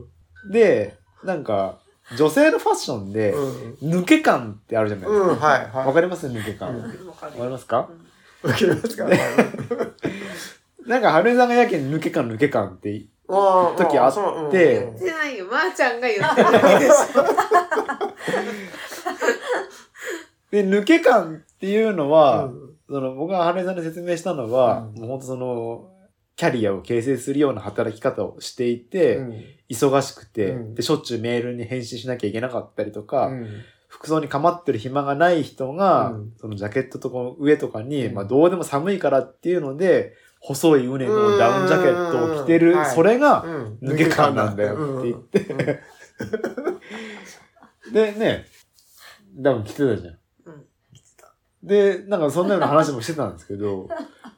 で、なんか、女性のファッションで、
うん
抜け感ってあるじゃないです
う
か。
ん、はい、
わ、
は
[laughs] かります抜け感。
う
わか
わかる
りますか
うん
い。わかりますかね。
なんか、春江さんがやけに抜け感抜け感って、
うん
時あって
そううん
言ってないよ。まー、ちゃんが言ってるだけです。
で、抜け感っていうのは、
うん
その僕が春江さんに説明したのは、
うん
もう本当その、キャリアを形成するような働き方をしていて、
うん
忙しくて、
うん
で、しょっちゅうメールに返信しなきゃいけなかったりと
う
か、
ん
服装に構ってる暇がない人が、
うん
そのジャケットとこの上とかに、
うん
まあどうでも寒いからっていうので、細いうねのダウンジャケットを着てる、
うんはい
それが、
うん
抜け感なんだよって言って
て。
でね、多分着てたじゃん。
うん。来てた。
で、なんかそんなような話もしてたんですけど、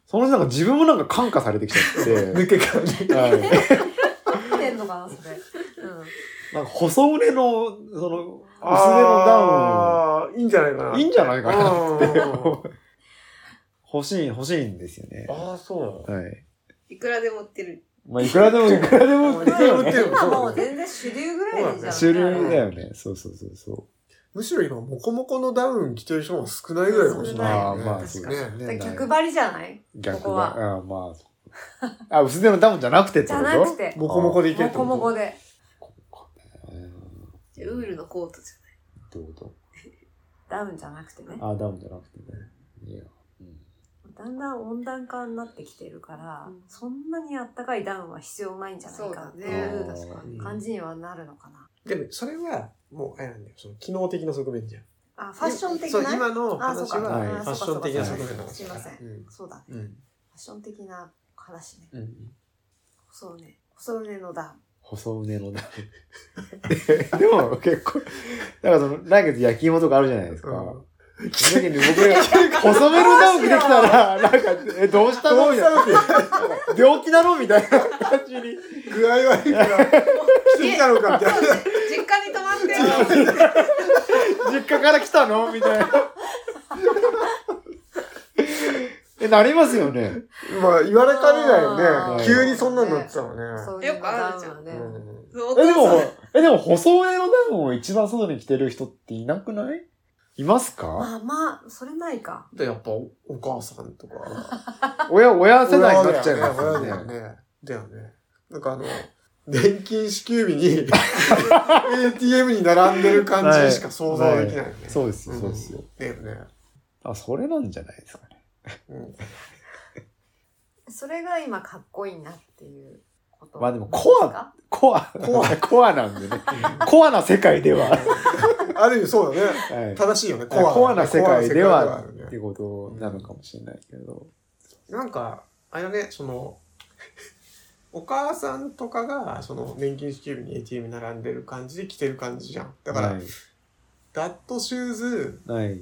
その人なんか自分もなんか感化されてきちゃっ
うん
て、
抜け感ね。
はい、
来てんのかな、それ。うん。
なんか細腕の、その、薄手のダ
あーいいんじゃないか
ウ
な。
ン、いいんじゃないかな。
うん
欲しい、欲しいんですよね。
ああ、そう
はい。
いくらでも売ってる。
まあ、いくらでも、いくらでも売ってるよ
いくらでも売ってる
ね。
よ
今もう全然主流ぐらいじゃん。
主流だよね。そうそうそうそ
むしろ今、モコモコのダウン着てる人も少ないぐらいかもしれ
う。
ない
ま
よ
あ
ね。
まあ、
確
そう
か
で
に
す
だから
ね。
逆張りじゃない
逆
ここ
が。
は
ああまあそう、あ、薄手のダウンじゃなくてって
じ
こ
ゃ
と
なくて、
モコモコでいける
も
ってこ
こともこで。
うん
じゃあウールのコートじゃない。
どういうこ
ダウンじゃなくてね
と。あ、ダウンじゃなくてね。いや。うん
だんだん温暖化になってきてるから、
うん
そんなにあったかいダウンは必要ないんじゃないかってい
そう
う
だね
確かに。
感じにはなるのかな。
でも、それは、もう、あれなんだよ。その、機能的な側面じゃん。
あ、ファッション的
そう、
な。
今の
あ、そう
話
か。
は、
はい
フ
あ
ァッション的な側面だ
そうかそうかすいません。
うん。
そうだね。フ
うん。
ァッション的な話ね。
うん。
そうね。細腕のダ
細うねのダウン。でも結構、だからその、来月焼き芋とかあるじゃないですか。
うん
その時に僕が細めのダウン着てきたら、なんか、え、どうしたのみたいな。病気なのみたいな感じに。
具合悪いから、来てきたのか、みたいな。
実家に泊まってるの。
実家から来たのみたいな。え、なりますよね。
まあ、言われかねないよ
あ
ね。
ー
急にそんなになってたもんね。
ウン。細
よくあるじゃん
腕
う
のダウンはね。
ん
[laughs]
そうお
え、で
父さん
も、え、でも、細上のダウンを一番外に着てる人っていなくないいますか
まあまあ、それないか。
で、やっぱ、おお母さんとか。
親、親世代になっちゃいます
よ
よ
ね。
ね。
親だよね。だよね。なんかあの、年金支給日に、ATM に並んでる感じしか想像できないよね。
そうですよ、
ん
そうですよ。
だよね。
あ、それなんじゃないですかね。
うん
それが今かっこいいなっていうこと。
まあでもコアコア、コア、 [laughs] コアなんでね。コアな世
[laughs]
界では。は
ある意味そうだね。
い。
正しいよね。
コアな世界で
コア
は
な世界で
っ
あ
て
るね
いうことなのかもしれないけど。
なんか、あれだね、その、 [laughs] お母さんとかが、その、年金支給日に ATM 並んでる感じで着てる感じじゃん。だから、
はい。
ダットシューズ、
ない。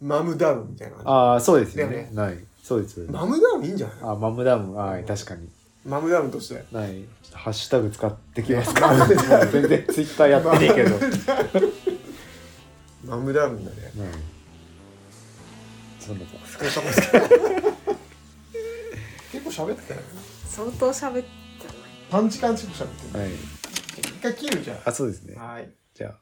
マムダウンみたいな感
ああ、そうですよ
だよ
ね
ね。
ない。そうですよ
じ。
ね。
マムダウンいいんじゃない
あ、マムダム。はい、確かに。
マムダウンとして。
ない。ちょっとハッシュタグ使って
[laughs]
きますか。もう全然ツイッターやってねえけど。
マムダウンだね。
ない。そんなと
[laughs]
こですか。
結構喋ってたよね。
相当喋ってる。
短時間近く喋ってた。
はい。
一回切るじゃん。
あ、そうですね。
はい。
じゃあ。